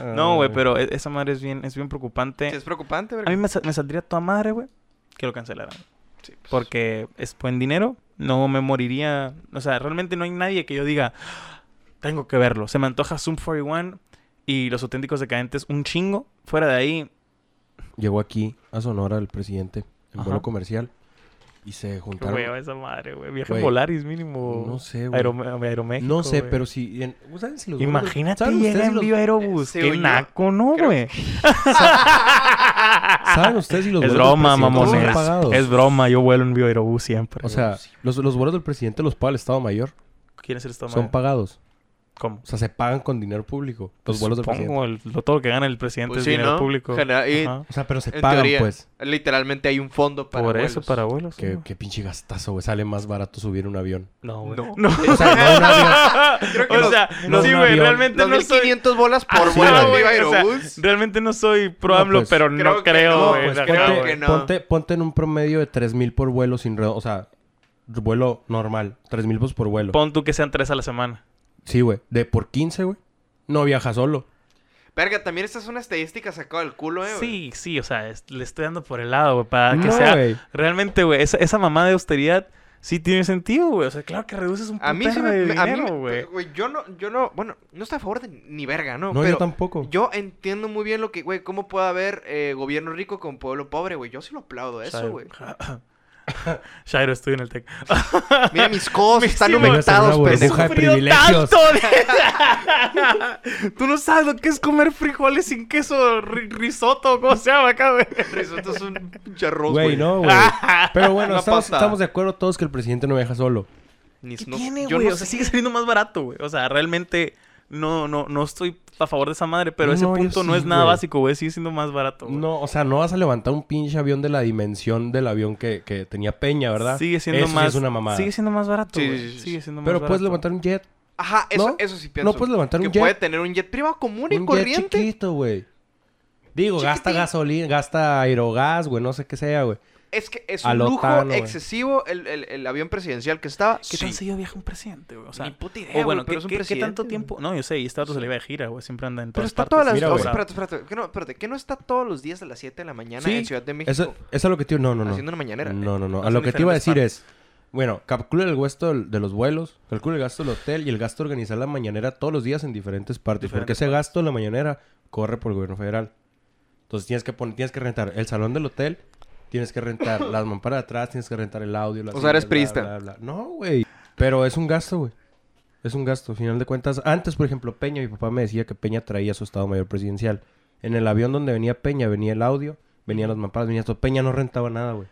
Ah. No, güey, pero e- esa madre es bien, es bien preocupante. Sí, es preocupante, A mí verga. me, sa- me saldría toda madre, güey, que lo cancelaran. Sí, pues. Porque es buen dinero, no me moriría. O sea, realmente no hay nadie que yo diga, tengo que verlo. Se me antoja Zoom 41 y los auténticos decadentes un chingo. Fuera de ahí, Llegó aquí a Sonora el presidente en vuelo Ajá. comercial y se qué juntaron. hueva esa madre, güey. Viaje Güey, en Volaris mínimo. no sé, güey. güey. Aeroméxico. no sé, güey. pero si. en- ¿saben si los vuelos- Imagínate ¿saben llegar ustedes si en los- Viva Aerobús. Sí, qué güey, yo naco, ¿no, creo güey? ¿Saben ustedes si los Es vuelos del broma, presidente son mamones. pagados? Es broma, yo vuelo en Viva Aerobús siempre. O sea, los, los vuelos del presidente los paga el Estado Mayor. ¿quién es el Estado Son Mayor? pagados. ¿Cómo? O sea, se pagan con dinero público. Los Pues vuelos del presidente. Supongo, el- lo, todo lo que gana el presidente Pues es sí, dinero ¿no? público. Genera- eh, y- Ajá. O sea, pero se En pagan, teoría, pues. Literalmente hay un fondo para. Por eso, vuelos. para abuelos. sí, Qué, güey. qué pinche gastazo, güey. Sale más barato subir un avión. No, güey. No. No. O sea, no un avión. Creo que o los- sea, no sí, un güey, avión. realmente no soy... 2500 bolas por Ajá, vuelo de güey, Viva o sea, Aerobús. Realmente no soy pro AMLO, pues, pero creo no que creo, no, güey. pues, la creo neta, ponte, que güey. no. ponte, ponte en un promedio de 3000 por vuelo sin redondo. O sea, vuelo normal. 3000 pesos por vuelo. Pon tú que sean tres a la semana. Sí, güey. De por 15, güey. No viaja solo. Verga, también esta es una estadística sacada del culo, eh. güey. Sí, sí, o sea, es- le estoy dando por el lado, güey, para Ah, que No, sea... güey. Realmente, güey, esa, esa mamá de austeridad sí tiene sentido, güey. O sea, claro que reduces un A mí sí putero me. de me- a mí dinero, me- güey. güey. Yo no, yo no. Bueno, no está a favor de ni verga, ¿no? No, Pero yo tampoco. Yo entiendo muy bien lo que, güey, cómo puede haber eh, gobierno rico con pueblo pobre, güey. Yo sí lo aplaudo eso, Shairo. güey. Shairo, estoy en el tec. Mira, mis codos Me están sí, güey. numerados, Vives en una pendejo. burbuja. de privilegios. de- Tú no sabes lo que es comer frijoles sin queso, ri- risotto, ¿cómo se llama acá, güey? Risotto es un pinche arroz, Güey, güey. no, güey. Pero bueno, Una estamos, pasta. estamos de acuerdo todos que el presidente no viaja solo. Ni- ¿Qué no- tiene, yo güey? no o sea, sé. sigue saliendo más barato, güey. O sea, realmente no, no, no estoy a favor de esa madre, pero ese No, yo punto no sí, es nada güey. básico, güey. Sigue siendo más barato, güey. No, o sea, no vas a levantar un pinche avión de la dimensión del avión que, que tenía Peña, ¿verdad? Sigue siendo Eso sí más. es una mamada. Sigue siendo más barato, Sí, güey. sí, sí, sí. Sigue siendo más Pero barato. puedes levantar un jet. Ajá, eso, ¿No? eso sí ¿No pienso. puedes levantar un Que puede jet? tener un jet privado común y Un jet corriente. chiquito, güey. Digo, gasta Chiquitín. gasolina, gasta aerogás, güey, no sé qué sea, güey. Es que es A un lo lujo Tano, güey. excesivo el, el- el avión presidencial que estaba. ¿Qué tan Sí. seguido viaja un presidente, güey? O sea, Ni puta idea, o bueno, güey, pero ¿qué- es un ¿qué, qué tanto presidente, tiempo? No, yo sé, y este vato se le iba de gira, güey. Siempre anda en Pero todas está partes. todas las... Mira, o güey. sea, espérate, espérate. ¿Qué no, espérate, ¿qué no está todos los días a las 7 de la mañana en Ciudad de México? Eso, eso es lo que te iba... No, no, no. Haciendo una mañanera. No, no, no. A Hacen lo que te iba a diferentes decir es... Bueno, calcula el gasto del- de los vuelos, calcula el gasto del hotel y el gasto de organizar la mañanera todos los días en diferentes partes. porque Diferentes ese gasto de la mañanera corre por el gobierno federal. Entonces tienes que poner, tienes que rentar el salón del hotel, tienes que rentar las mamparas de atrás, tienes que rentar el audio. las O sea, eres sillas, bla, priista. bla, bla. No, güey. Pero es un gasto, güey. Es un gasto. Al final de cuentas, antes, por ejemplo, Peña, mi papá me decía que Peña traía su Estado Mayor Presidencial. En el avión donde venía Peña, venía el audio, venían las mamparas, venía todo. Peña no rentaba nada, güey.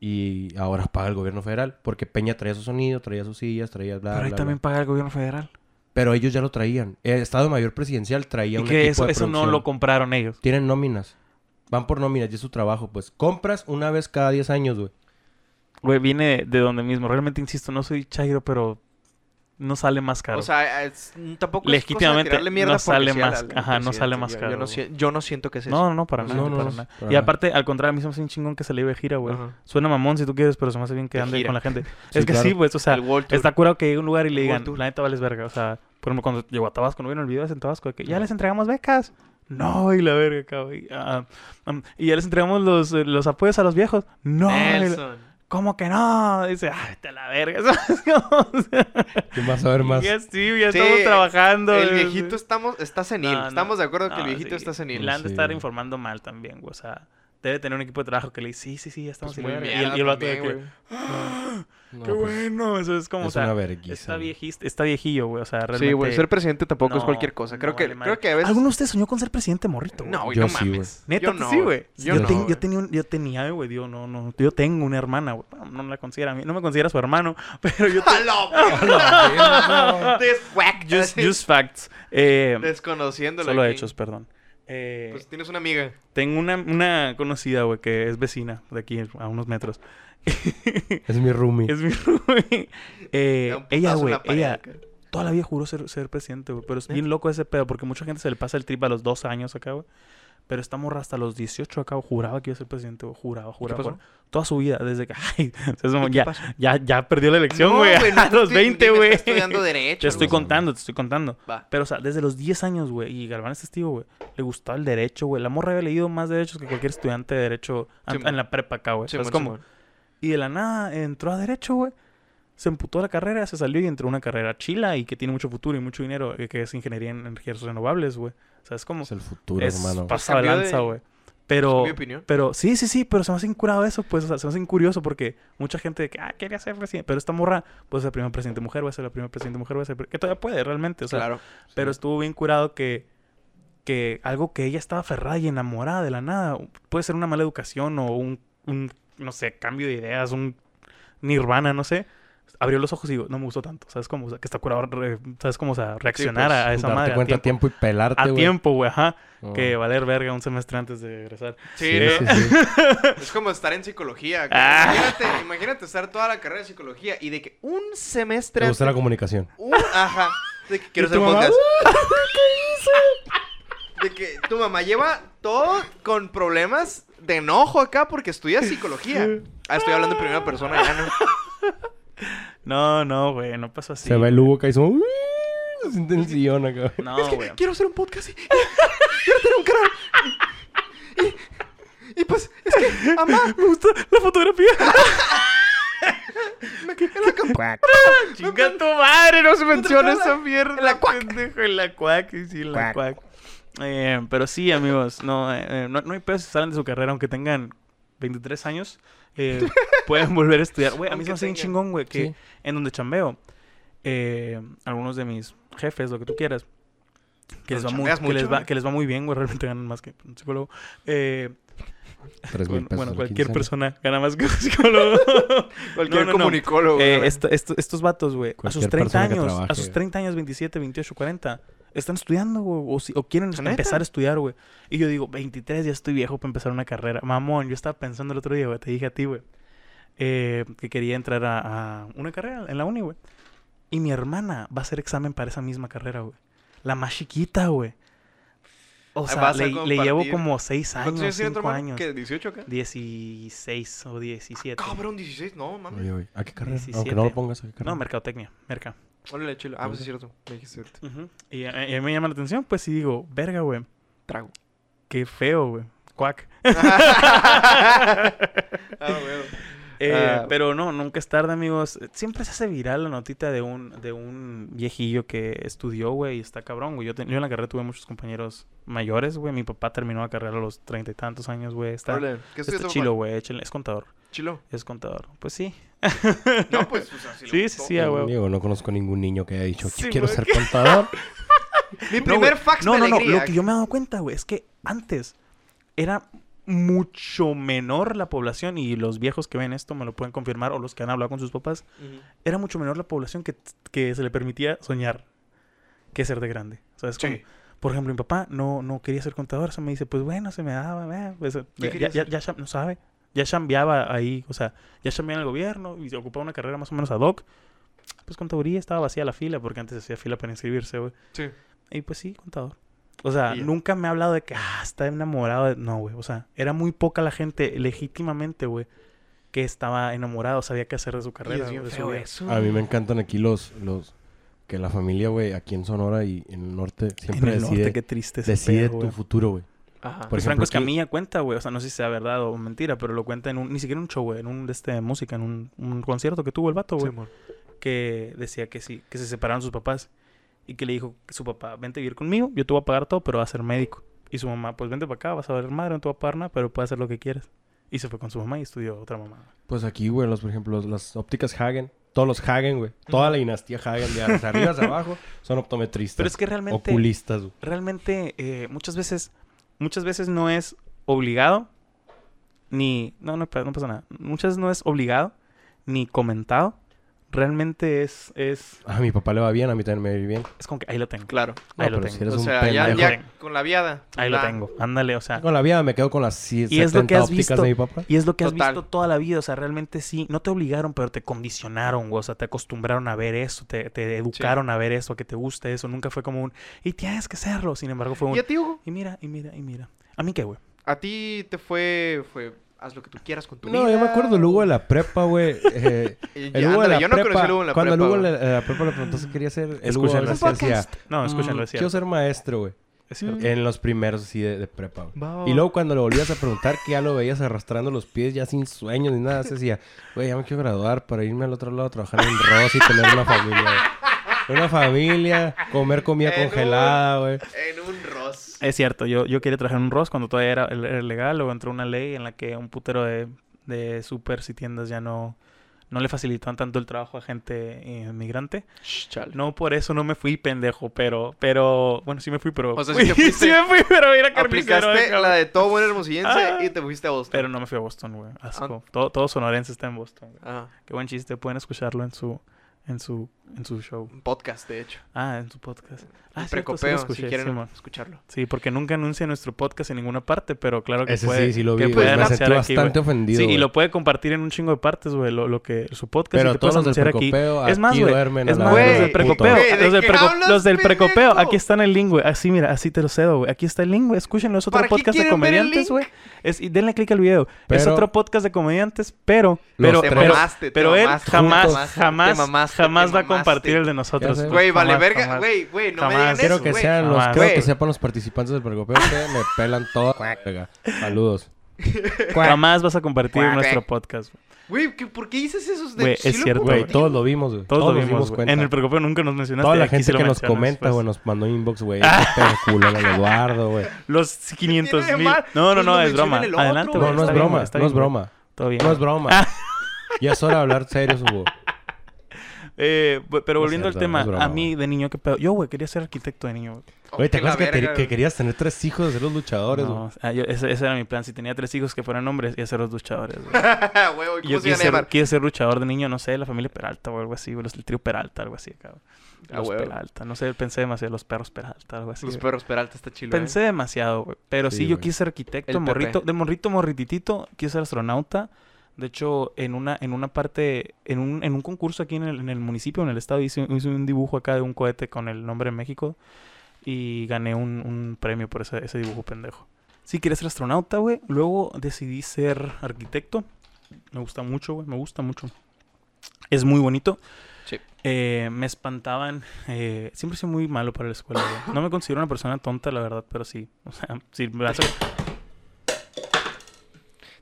Y ahora paga el gobierno federal, porque Peña traía su sonido, traía sus sillas, traía bla, Pero ahí bla, también bla. paga el gobierno federal. Pero ellos ya lo traían. El Estado Mayor Presidencial traía Y un que equipo eso, de eso no producción. lo compraron ellos. Tienen nóminas. Van por nóminas, y es su trabajo, pues. Compras una vez cada 10 años, güey. Güey, viene de donde mismo. Realmente, insisto, no soy chairo, pero no sale más caro. O sea, es- tampoco es cosa de Legítimamente, tirarle mierda no porque sale sea la- más- la ajá, no sale presidencia. más Yo- caro, Yo no, güey. si- yo no siento que es no, no, no, para No, nada. no, para no, nada. para y nada. aparte, al contrario, a mí se me hace un chingón que se le iba de gira, güey. Ajá. Suena mamón si tú quieres, pero se me hace bien que De ande gira. con la gente. Sí, es que claro. sí, pues, o sea, El World Tour. está curado que llegue a un lugar y le El World digan, Tour. la neta vales verga. O sea, por ejemplo, cuando llegó a Tabasco, no vieron el video de en Tabasco, de que ya les entregamos becas. No, y la verga, cabrón. Y, ah, um, y ya les entregamos los, eh, los apoyos a los viejos. No, y la- Nelson. ¿cómo que no? Dice, ah, vete a la verga. ¿sabes? O sea, ¿Quién va a saber más? Ya sí, ya Sí, estamos trabajando. El güey. viejito estamos, está senil. No, no, estamos de acuerdo que el no, viejito sí. está senil. Le han de Sí, estar güey. informando mal también, güey. O sea, debe tener un equipo de trabajo que le dice, sí, sí, sí, ya estamos Pues muy en la verga". mierda Y el, y el vato de también, que, güey. No, ¡Qué pues, bueno! Eso es como, es o sea, una verguisa, está, güey. viejis- está viejillo, güey. O sea, realmente... Sí, güey, ser presidente tampoco es no, cualquier cosa. Creo no que vale madre. creo que a veces ¿Alguno de ustedes soñó con ser presidente, morrito? güey? No, güey, Yo no sí, güey. mames. Neta, yo que no, sí, güey. Yo, Yo, no, ten- güey. yo tenía, un- yo tenía, güey, yo no, no, yo tengo una hermana, güey. No, no la considera, a mí- no me considera su hermano, pero yo, te- ¡Hala! This whack. just, just facts, eh, Desconociéndolo. solo aquí. hechos, perdón. Eh, Pues tienes una amiga. tengo una, una conocida, güey, que es vecina de aquí a unos metros. Es mi roomie. es mi güey. Eh, Te da un ella, putazo en güey, la pared, ella, acá. Toda la vida juró ser, ser presidente, güey. Pero es bien ¿Neta? loco ese pedo, porque mucha gente se le pasa el trip a los dos años acá, güey. Pero esta morra hasta los 18 acá, güey, juraba que iba a ser presidente, güey. Juraba, juraba. pasó? juraba. Toda su vida, desde que. Ay, es como, ¿Y qué ya, pasa? ya, ya perdió la elección, No, güey. no a te los estoy- 20, ni me güey. está estudiando derecho. Te estoy algo así. contando, te estoy contando. Va. Pero, o sea, desde los 10 años, güey. Y Galván es testigo, güey. Le gustaba el derecho, güey. La morra había leído más derechos que cualquier estudiante de derecho an- Simón. en la prepa acá, güey. O sea, Simón, es como, Simón. y de la nada entró a derecho, güey. Se emputó la carrera, se salió y entró a una carrera chila y que tiene mucho futuro y mucho dinero, eh, que es ingeniería en energías renovables, güey. O sea, es como. Es el futuro, es hermano. pasado de Pues Cambió de- lanza, güey. Pero. mi opinión. Pero sí, sí, sí, pero se me hace incurado eso, pues. O sea, se me hace incurioso porque mucha gente de que, ah, quería ser presidente. Pero esta morra, pues, es la primera presidente mujer, va a ser la primera presidente mujer, va a ser. Que todavía puede, realmente. O sea, Claro. pero estuvo bien curado que, que algo que ella estaba aferrada y enamorada de la nada. Puede ser una mala educación o un, un, no sé, cambio de ideas, un nirvana, no sé. Abrió los ojos y digo, no me gustó tanto. ¿Sabes cómo? O sea, que está curado, re- ¿sabes cómo? O sea, reaccionar a- a esa Darte madre. cuenta a a tiempo, tiempo y pelarte, a güey. Ah. tiempo, güey, ajá. No. Que valer verga un semestre antes de regresar. Sí, Sí, ¿no? sí, sí. Es como estar en psicología. como Ah. Imagínate, imagínate estar toda la carrera de psicología y de que un semestre. Te gusta la comunicación. un- ajá. De que quiero ¿Y hacer tu un mamá? podcast. De que tu mamá lleva todo con problemas de enojo acá porque estudia psicología. Ah, estoy hablando en primera persona ya, ¿no? No, no, güey, no pasó así. Se va el Hugo y hizo... "Uy", Se siente en el sillón acá. No, es que güey. quiero hacer un podcast y, y quiero tener un canal. Y, y pues, es que, mamá, Me gusta la fotografía. me, en la cama, quack, Chinga tu madre, no se menciona Entra la- esa mierda. en la cuac. pendejo, en la cuac, sí, sí, en la Cuac. cuac. Eh, pero sí, amigos, no, eh, eh, no, no hay pedos si salen de su carrera, aunque tengan 23 años, eh, pueden volver a estudiar. Güey, a mí se me hace Aunque un tengan. chingón, güey, que Sí. en donde chambeo, eh, algunos de mis jefes, lo que tú quieras, que Pero les va, muy, chambeas que les mucho, va, güey. que les va muy bien, güey, realmente ganan más que un psicólogo. Eh, Pues, Tres mil bueno, pesos. bueno, a la cualquier quincena. persona gana más que un psicólogo. cualquier no, no. comunicólogo. Eh, ¿verdad? esto- esto- estos vatos, güey, a sus Cualquier 30 persona que años, a trabaje. sus 30 años, 27, 28, 40, están estudiando, güey, o, si- o quieren ¿Neta? empezar a estudiar, güey. Y yo digo, 23, ya estoy viejo para empezar una carrera. Mamón, yo estaba pensando el otro día, güey, te dije a ti, güey, eh, que quería entrar a, a una carrera en la uni, güey. Y mi hermana va a hacer examen para esa misma carrera, güey. La más chiquita, güey. O Ah, sea, vas a le, le llevo compartir. como 6 ¿Cuántos años, tiene tu 5 hermano? años. ¿Qué, 18 acá? 16 o 17. Cabrón, 16, no, mames. Oye, oye, ¿a qué carrera? Aunque 17. no lo pongas, ¿a qué carrera? No, mercadotecnia, merca. Órale, chilo. Ah, pues es cierto. Me dijiste ahorita. Ujú. y, a, y a mí me llama la atención, pues, y digo, verga, güey, Trago. qué feo, güey. Cuac. ah, bueno. Eh, Ah. pero no, nunca es tarde, amigos. Siempre se hace viral la notita de un, de un viejillo que estudió, güey, y está cabrón, güey. Yo, te- yo en la carrera tuve muchos compañeros mayores, güey. Mi papá terminó la carrera a los treinta y tantos años, güey. Está, Órale. ¿Qué está estudias tú, chilo, papá? güey. échenle- Es contador, Chilo. es contador. Pues sí. No, pues, o sea, si le Sí, sí, gustó. sí, a huevo. Digo, no conozco ningún niño que haya dicho, Sí, quiero güey. ser contador. Mi No, primer güey. fax No, me no, no. alegría. Lo que yo me he dado cuenta, güey, es que antes era mucho menor la población y los viejos que ven esto me lo pueden confirmar o los que han hablado con sus papás, Ujú. era mucho menor la población que, que se le permitía soñar que ser de grande. O sea, es como- Sí. por ejemplo, mi papá no, no quería ser contador, se me dice, pues bueno, se me daba, eh, pues, ya, quería ya- ser? ya cham- no sabe, ya chambeaba ahí, o sea, ya chambeaba en el gobierno y se ocupaba una carrera más o menos ad hoc. Pues contaduría estaba vacía la fila porque antes se hacía fila para inscribirse, güey. Sí. Y pues sí, contador. O sea, Y ya. nunca me ha hablado de que ah, está enamorado. de-". No, güey. O sea, era muy poca la gente legítimamente, güey, que estaba enamorado, sabía qué hacer de su Y carrera. es bien de su feo vida. eso. A mí me encantan aquí los, los, que la familia, güey, aquí en Sonora y en el norte siempre en el decide, norte, qué triste ese decide pedo, tu güey. futuro, güey. Ajá. por Y Franco ejemplo, aquí- Escamilla cuenta, güey. O sea, no sé si sea verdad o mentira, pero lo cuenta en un, ni siquiera en un show, güey, en un de este de música, en un, un concierto que tuvo el vato, güey. Simón. que decía que sí, que se separaron sus papás. Y que le dijo que su papá, vente a vivir conmigo, yo te voy a pagar todo, pero vas a ser médico. Y su mamá, pues vente para acá, vas a ver madre, no te voy a pagar nada, pero puedes hacer lo que quieras. Y se fue con su mamá y estudió otra mamá. Pues aquí, güey, los, por ejemplo, los- las ópticas Hagen, todos los Hagen, güey, toda la dinastía Hagen, de arriba hacia abajo, son optometristas. Pero es que realmente... Oculistas, güey. realmente eh, muchas veces muchas veces no es obligado ni no no, pa- no pasa nada muchas veces no es obligado ni comentado realmente es es A Ah, mi papá le va bien, a mí también me va bien. es como que ahí lo tengo Claro. No, ahí lo pero tengo si eres O un sea, ya, pendejo. ya con la viada. ahí lo la- tengo ándale o sea Ah. Con la vida me quedo con las si- Y es lo que 70 has ópticas visto. de mi papá. y es lo que has Total. visto toda la vida o sea realmente sí no te obligaron pero te condicionaron güey, o sea te acostumbraron a ver eso te, te educaron a ver eso a que te guste eso nunca fue como un y tienes que hacerlo sin embargo fue un ¿Y a ti, Hugo? y mira y mira y mira a mí qué güey A ti te fue, fue, haz lo que tú quieras con tu vida. No, yo me acuerdo el Hugo de la prepa, güey. eh, Eh, el ya, Hugo de ándale, la yo no prepa. conocí al Hugo en la cuando el prepa. Hugo güey. de la, de la prepa le preguntó si quería ser... El Hugo Escúchenlo, a es veces decía, cierto. no escúchenlo "Mm, es cierto Quiero Mm. ser maestro, güey. es cierto En los primeros, así, de, de prepa, güey. Va, va, Y va. luego cuando lo volvías a preguntar, que ya lo veías arrastrando los pies, ya sin sueños ni nada, se decía, güey, ya me quiero graduar para irme al otro lado a trabajar en Ross y tener una familia, güey. Una familia, comer comida En un- congelada, güey. En un Ross. Es cierto, yo, yo quería trabajar en un Ross cuando todavía era, era legal, luego entró una ley en la que un putero de, de supers y tiendas ya no, no le facilitaban tanto el trabajo a gente eh, migrante. Shh, chale. No por eso no me fui pendejo, pero, pero, bueno, sí me fui, pero. O sea, sí te fui, fuiste. me fui, pero era carnicero. Aplicaste deja- la de todo buen hermosillense Ah. y te fuiste a Boston. Pero no me fui a Boston, güey. Asco. Todo, todo sonorense está en Boston. güey. Ah, Qué buen chiste, pueden escucharlo en su, en su, en su show. un podcast, de hecho. Ah, en su podcast. Ah, cierto, Un sí lo precopeo, si escuché, quieren Simón. escucharlo. Sí, porque nunca anuncia nuestro podcast en ninguna parte, pero claro que Ese puede. sí, sí lo que vi, puede güey. Me anunciar sentí aquí, bastante güey. ofendido, Sí, y güey. lo puede compartir en un chingo de partes, güey, lo, lo que su podcast y Pero que todos puedes los del anunciar aquí. precopeo Es más, aquí güey. duermen a Es la más, verga, los del Güey, precopeo. güey, ¿de los del, qué preco- hablas, los del pendejo? precopeo. Aquí están el link, güey. Así, mira, así te lo cedo, güey. Aquí está el link, güey. Escúchenlo. Es otro ¿Para qué podcast de quieren ver el comediantes, link? güey. Es- Y denle clic al video. es Pero- otro podcast de comediantes, pero. Los Pero, tres. pero, Te mamaste, te pero él mamaste, jamás, te mamaste, jamás, te jamás mamaste, te va a mamaste. compartir el de nosotros. Ya sé. Güey, vale Jamás, verga. jamás. Güey, güey, no Jamás. me digan Quiero Quiero eso, que güey. sean los, Jamás. quiero que Güey. sepan los participantes del precopeo que me pelan todo. verga. Saludos. Jamás vas a compartir Cuac. nuestro podcast, güey. Güey, ¿qué- ¿por qué dices esos Güey, de es sí lo cierto, Güey, Güey, compartí. todos lo vimos, güey. Todos, lo nos vimos, güey. En el precopeo nunca nos mencionaste. Toda la aquí sí gente lo que nos mencionas, comenta, pues. güey, nos mandó inbox, güey. Qué culo, el Eduardo, güey. Los tiene 500 de mil. mal? No, no, Pues no, lo es broma. menciona en el otro, Adelante, güey. güey. No, no es está bien, broma, güey, está no es bien, güey. Ah. broma. Todo bien. No es broma. Ya es hora de hablar serios, Hugo. Eh, bu- pero No es volviendo al cierto, tema, no es broma, a mí de niño, ¿qué pedo? Yo, güey, quería ser arquitecto de niño. güey. Güey, ¿te Oh, la acuerdas que, te- verga, que güey. querías tener tres hijos de ser los luchadores, güey? No, ah, yo- ese, ese era mi plan. Si tenía tres hijos que fueran hombres, iba a ser los luchadores. güey. Güey, güey, Y ¿cómo Yo quise se iban a ser, llamar? quise ser luchador de niño, no sé, la familia Peralta o algo así, güey, los- el trío Peralta, algo así, cabrón. Ah, Los güey. Peralta, no sé, pensé demasiado, los perros Peralta, algo así. Los güey. Pues perros Peralta está chido. ¿eh? Pensé demasiado, güey. Pero sí, Sí, yo güey. quise ser arquitecto, El morrito, Pepe. de morrito morrititito, quise ser astronauta. De hecho, en una, en una parte, en un, en un concurso aquí en el, en el municipio, en el estado, hice, hice un dibujo acá de un cohete con el nombre de México y gané un, un premio por ese, ese dibujo pendejo. Sí, quería ser astronauta, güey. Luego decidí ser arquitecto. Me gusta mucho, güey. Me gusta mucho. Es muy bonito. Sí. Eh, me espantaban. eh, siempre soy muy malo para la escuela, güey. No me considero una persona tonta, la verdad, pero sí. O sea, sí, me vas a-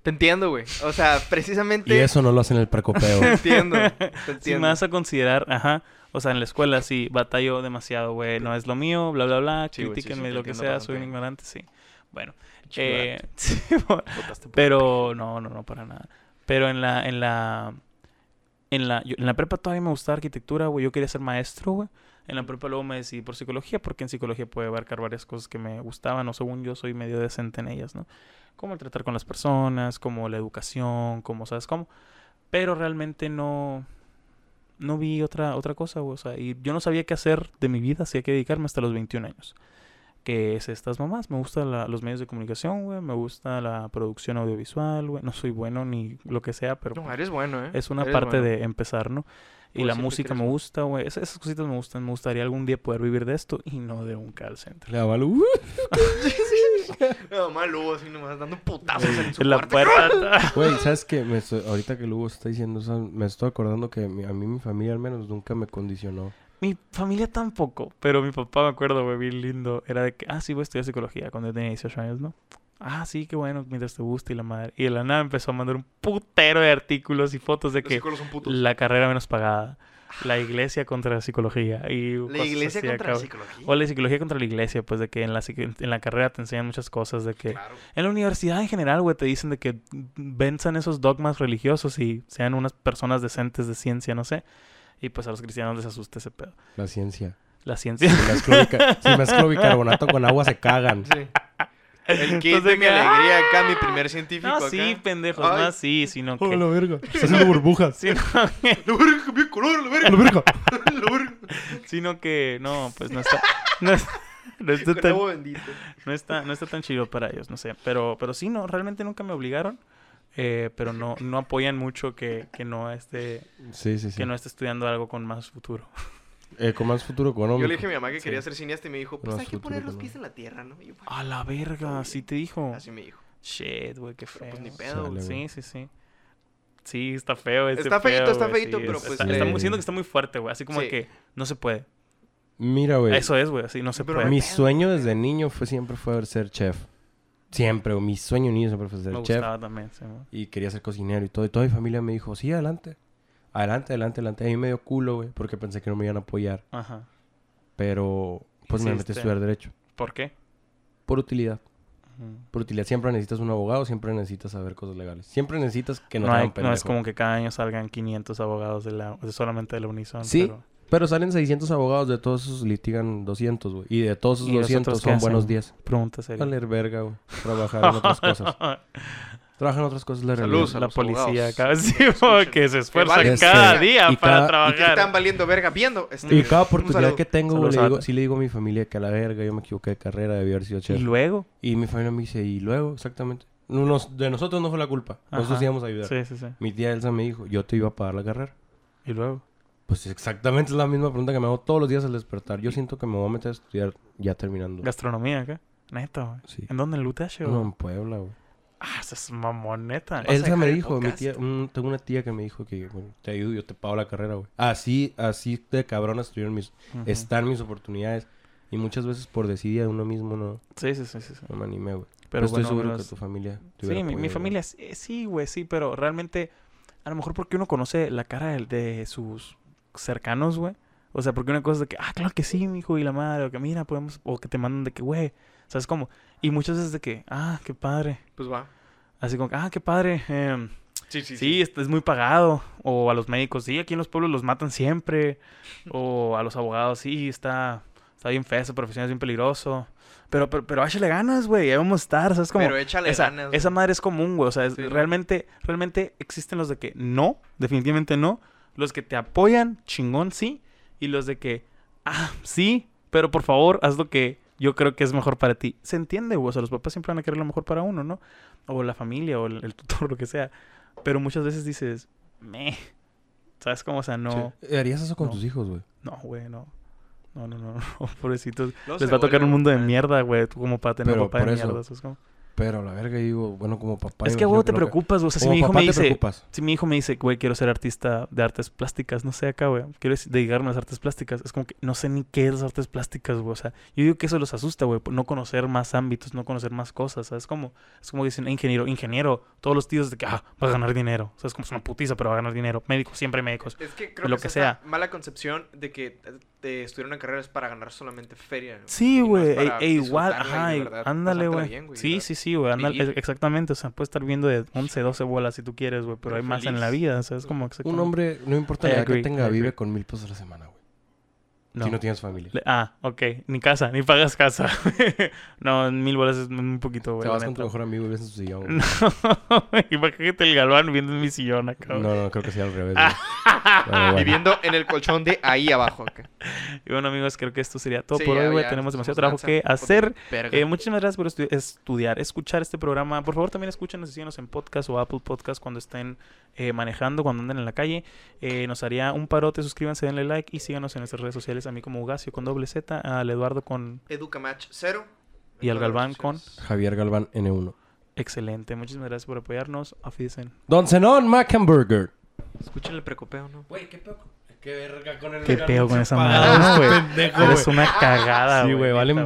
Te entiendo, güey. O sea, precisamente. Y eso no lo hacen en el precopeo. Te entiendo. Te sí me entiendo. vas a considerar, ajá. O sea, en la escuela sí, batallo demasiado, güey. No es lo mío, bla, bla, bla. Sí, güey, sí, sí, Critíquenme te lo que entiendo sea, soy un bastante. ignorante, sí. Bueno, Ignorante. eh, sí, bueno, Votaste por- Pero no, no, no, para nada. Pero en la, en la, en la, yo- en la prepa todavía me gustaba arquitectura, güey. Yo quería ser maestro, güey. En la prepa luego me decidí por psicología, porque en psicología puede abarcar varias cosas que me gustaban, o según yo soy medio decente en ellas, ¿no? Como el tratar con las personas, como la educación, como, ¿sabes cómo? Pero realmente no, no vi otra, otra cosa, güey. O sea, y yo no sabía qué hacer de mi vida, hacía que dedicarme hasta los 21 años. Que es estas mamás. Me gustan la- los medios de comunicación, güey. Me gusta la producción audiovisual, güey. No soy bueno ni lo que sea, pero No, eres bueno, ¿eh? es una Eres parte bueno. de empezar, ¿no? Y Pues la siempre música quieres me más. gusta, güey. Esas, esas cositas me gustan. Me gustaría algún día poder vivir de esto y no de un call center. Le daba luz. No, mal Hugo, así nomás dando putazos en su La cuarto. puerta. Güey, ¿sabes qué? Me estoy- ahorita que el Hugo está diciendo eso, me estoy acordando que mi- a mí mi familia al menos nunca me condicionó. mi familia tampoco. Pero mi papá, me acuerdo, güey, bien lindo. Era de que, ah, sí, voy a estudiar psicología cuando yo tenía 18 años, ¿no? Ah, sí, qué bueno, mientras te gusta y la madre. Y de la nada empezó a mandar un putero de artículos y fotos de Los que psicólogos son putos. la carrera menos pagada. La iglesia contra la psicología. Y La cosas iglesia así contra acá, la güey. psicología. O la psicología contra la iglesia, pues de que en la, psiqui- en la carrera te enseñan muchas cosas, de que Claro. en la universidad en general, güey, te dicen de que venzan esos dogmas religiosos y sean unas personas decentes de ciencia, no sé. Y pues a los cristianos les asusta ese pedo. La ciencia. La ciencia. Si mezclo, bica- si mezclo bicarbonato con agua se cagan. Sí. El kit Entonces, de mi que- ¡ah! alegría acá, mi primer científico No, acá. sí, pendejos, Ay. no así, sino Oh, la que... verga. Está haciendo burbujas. Sino que, La verga cambió de color, la verga, La verga. la verga. sino que no, pues no está... No es- no está Con tan- agua bendita. No está, no está tan chido para ellos, no sé. Pero, pero sí, no, realmente nunca me obligaron. eh, pero no, no apoyan mucho que, que no esté, Sí, sí, sí. que no esté estudiando algo con más futuro. Eh, con más futuro económico. Yo le dije a mi mamá que Sí. quería ser cineasta y me dijo, pues Más hay que poner futuro los que pies no. en la tierra, ¿no? Y yo, A la verga, así sí te dijo. Así me dijo. Shit, güey, qué feo. pues ni pedo, güey. sí, sí, sí. Sí, está feo ese Está feíto, pedo, está güey, feíto, sí, pero es- pues Está, le- está muy- siento que está muy fuerte, güey. Así como Sí. que no se puede. Mira, güey. Eso es, güey, así no se Pero puede. Mi Mis- sueño desde niño fue siempre fue ser chef. Siempre, güey. Mi sueño niño siempre fue ser Me chef. gustaba también, sí, güey. Y quería ser cocinero y todo. Y toda mi familia me dijo, sí, adelante. Adelante, adelante, adelante. A mí me dio culo, güey. Porque pensé que no me iban a apoyar. Ajá. Pero, pues me metí Hiciste. a estudiar Derecho. ¿Por qué? Por utilidad. Ujú. Por utilidad. Siempre necesitas un abogado. Siempre necesitas saber cosas legales. Siempre necesitas que no, no, te hay- hagan no es pendejo. como que cada año salgan 500 abogados de la, de solamente de la Unison. Sí, pero- Pero salen 600 abogados. De todos esos litigan 200, güey. Y de todos esos ¿Y los otros 200 qué son hacen? buenos 10. Pregunta seria. Ah, Valer verga, güey. Trabajar en otras cosas. Trabajan en otras cosas la Salud, realidad. salud. la los policía abogados. acaba sí, escuchen. que se esfuerza valga cada verga. día Este, Y para cada- ¿Y qué están trabajar. valiendo verga viendo? Este, Y cada un oportunidad saludo. que tengo, güey, Saludos le a- digo, sí le digo a mi familia que a la verga yo me equivoqué de carrera, debí haber sido Y chef. luego, Y, mi familia me dice, ¿y luego? Exactamente. No, nos- de nosotros no fue la culpa. Nosotros Ajá. íbamos a ayudar. sí, sí, sí. Mi tía Elsa me dijo, yo te iba a pagar la carrera. Y luego, Pues exactamente es la misma pregunta que me hago todos los días al despertar. Yo siento que me voy a meter a estudiar ya terminando. gastronomía acá. Neta, güey. Sí. ¿En dónde? ¿En Luteche, güey? No, en Puebla, güey. Ah, esa es mamón, neta. ¿Vas a Elsa me dejar el dijo, mi podcast? tía, mm, tengo una tía que me dijo que bueno, te ayudo, yo te pago la carrera, güey. Así, así de cabrón estuvieron mis, Ujú. están mis oportunidades. Y muchas veces por decidir de uno mismo no, Sí, sí, sí, sí. sí. no me animé, güey. Pero Pero estoy bueno, seguro menos- que tu familia. Sí, te hubiera mi, mi apoyado, familia sí, eh, sí, güey, sí, pero realmente a lo mejor porque uno conoce la cara del- de, sus cercanos, güey. O sea, porque una cosa es de que, ah, claro que sí, mi hijo y la madre, o que mira, podemos, o que te mandan de que, güey, ¿sabes cómo? Y muchas veces de que, ah, qué padre. Pues va. Así como, que, ah, qué padre. em, sí, sí, este es muy pagado. O a los médicos, sí, aquí en los pueblos los matan siempre. O a los abogados, sí, está, está bien feo, esa profesión es bien peligroso. Pero, pero, pero échale ganas, güey, ahí vamos a estar, ¿sabes cómo? Pero échale esa, ganas. esa madre es común, güey. O sea, es- Sí. realmente, realmente existen los de que no, definitivamente no. Los que te apoyan, chingón, sí. Y los de que, ah, sí, pero por favor, haz lo que yo creo que es mejor para ti. Se entiende, güey. O sea, los papás siempre van a querer lo mejor para uno, ¿no? O la familia, o el, el tutor, lo que sea. Pero muchas veces dices, meh. ¿Sabes cómo? O sea, güey. no, Sí. ¿Harías eso con No. tus hijos, güey? no, güey, no. No, no, no, no, pobrecitos. No Les se va a tocar vuelve un mundo de loco. mierda, güey. tú Como para tener Pero papá de por eso, mierda. ¿sabes cómo? Pero la verga, yo digo, bueno, como papá. Es yo que, imagino güey, te lo preocupas, güey. O sea, si como mi hijo papá me te dice, preocupas. si mi hijo me dice, güey, quiero ser artista de artes plásticas, no sé acá, güey, quiero es- dedicarme a las artes plásticas, es como que no sé ni qué es las artes plásticas, güey, o sea, yo digo que eso los asusta, güey, por no conocer más ámbitos, no conocer más cosas, ¿sabes? Como, es como dicen, "Eh, ingeniero, ingeniero, todos los tíos de que, ah, va a ganar dinero, ¿sabes? Como es una putiza, pero va a ganar dinero, médicos, siempre médicos. Es que creo Lo que, que es esa sea. mala concepción de que eh, de estudiar una carrera es para ganar solamente feria. güey. Sí, Y no güey, es para e- e igual, disfrutarla y ajá, de y- verdad ándale, pasártela güey. bien, Sí, ¿verdad? sí, sí, güey, ándale, Vivir. e- exactamente, o sea, puedes estar viendo de 11, 12 bolas si tú quieres, güey, pero Pero hay más en la feliz. vida, ¿sabes? Como Un exactamente. hombre, no I importa la edad agree, que I tenga, agree. vive con mil pesos a la semana, güey. Si no tienes familia. Le- ah, ok. Ni casa, ni pagas casa. no, mil bolas es un poquito, güey. Te la vas con tu neta. mejor amigo y ves en su sillón, güey. No, imagínate el galván viendo en mi sillón acá. güey. No, no, creo que sea al revés. güey. Pero bueno. Viviendo en el colchón de ahí abajo. acá. Y bueno, amigos, creo que esto sería todo Sí, por hoy, ya- güey. ya Tenemos nos demasiado trabajo estamos que lanzando hacer. por verga. Eh, muchísimas gracias por estu- estudiar, escuchar este programa. Por favor, también escúchenos y síganos en podcast o Apple Podcast cuando estén eh, manejando, cuando anden en la calle. Eh, nos haría un parote. Suscríbanse, denle like y síganos en nuestras redes sociales. A mí como Ugacio con doble Z, al Eduardo con Educamatch cero. Y al Todas las Galván con- opciones. Javier Galván, N1. Don excelente. Muchísimas gracias por apoyarnos. Afisen. Zenon Mackenburger. Escuchen el precopeo, ¿no? Güey, qué pedo. Qué verga con el Ah, Qué peo con esa madre, güey. Eres una cagada, Sí, güey. güey, valen neta,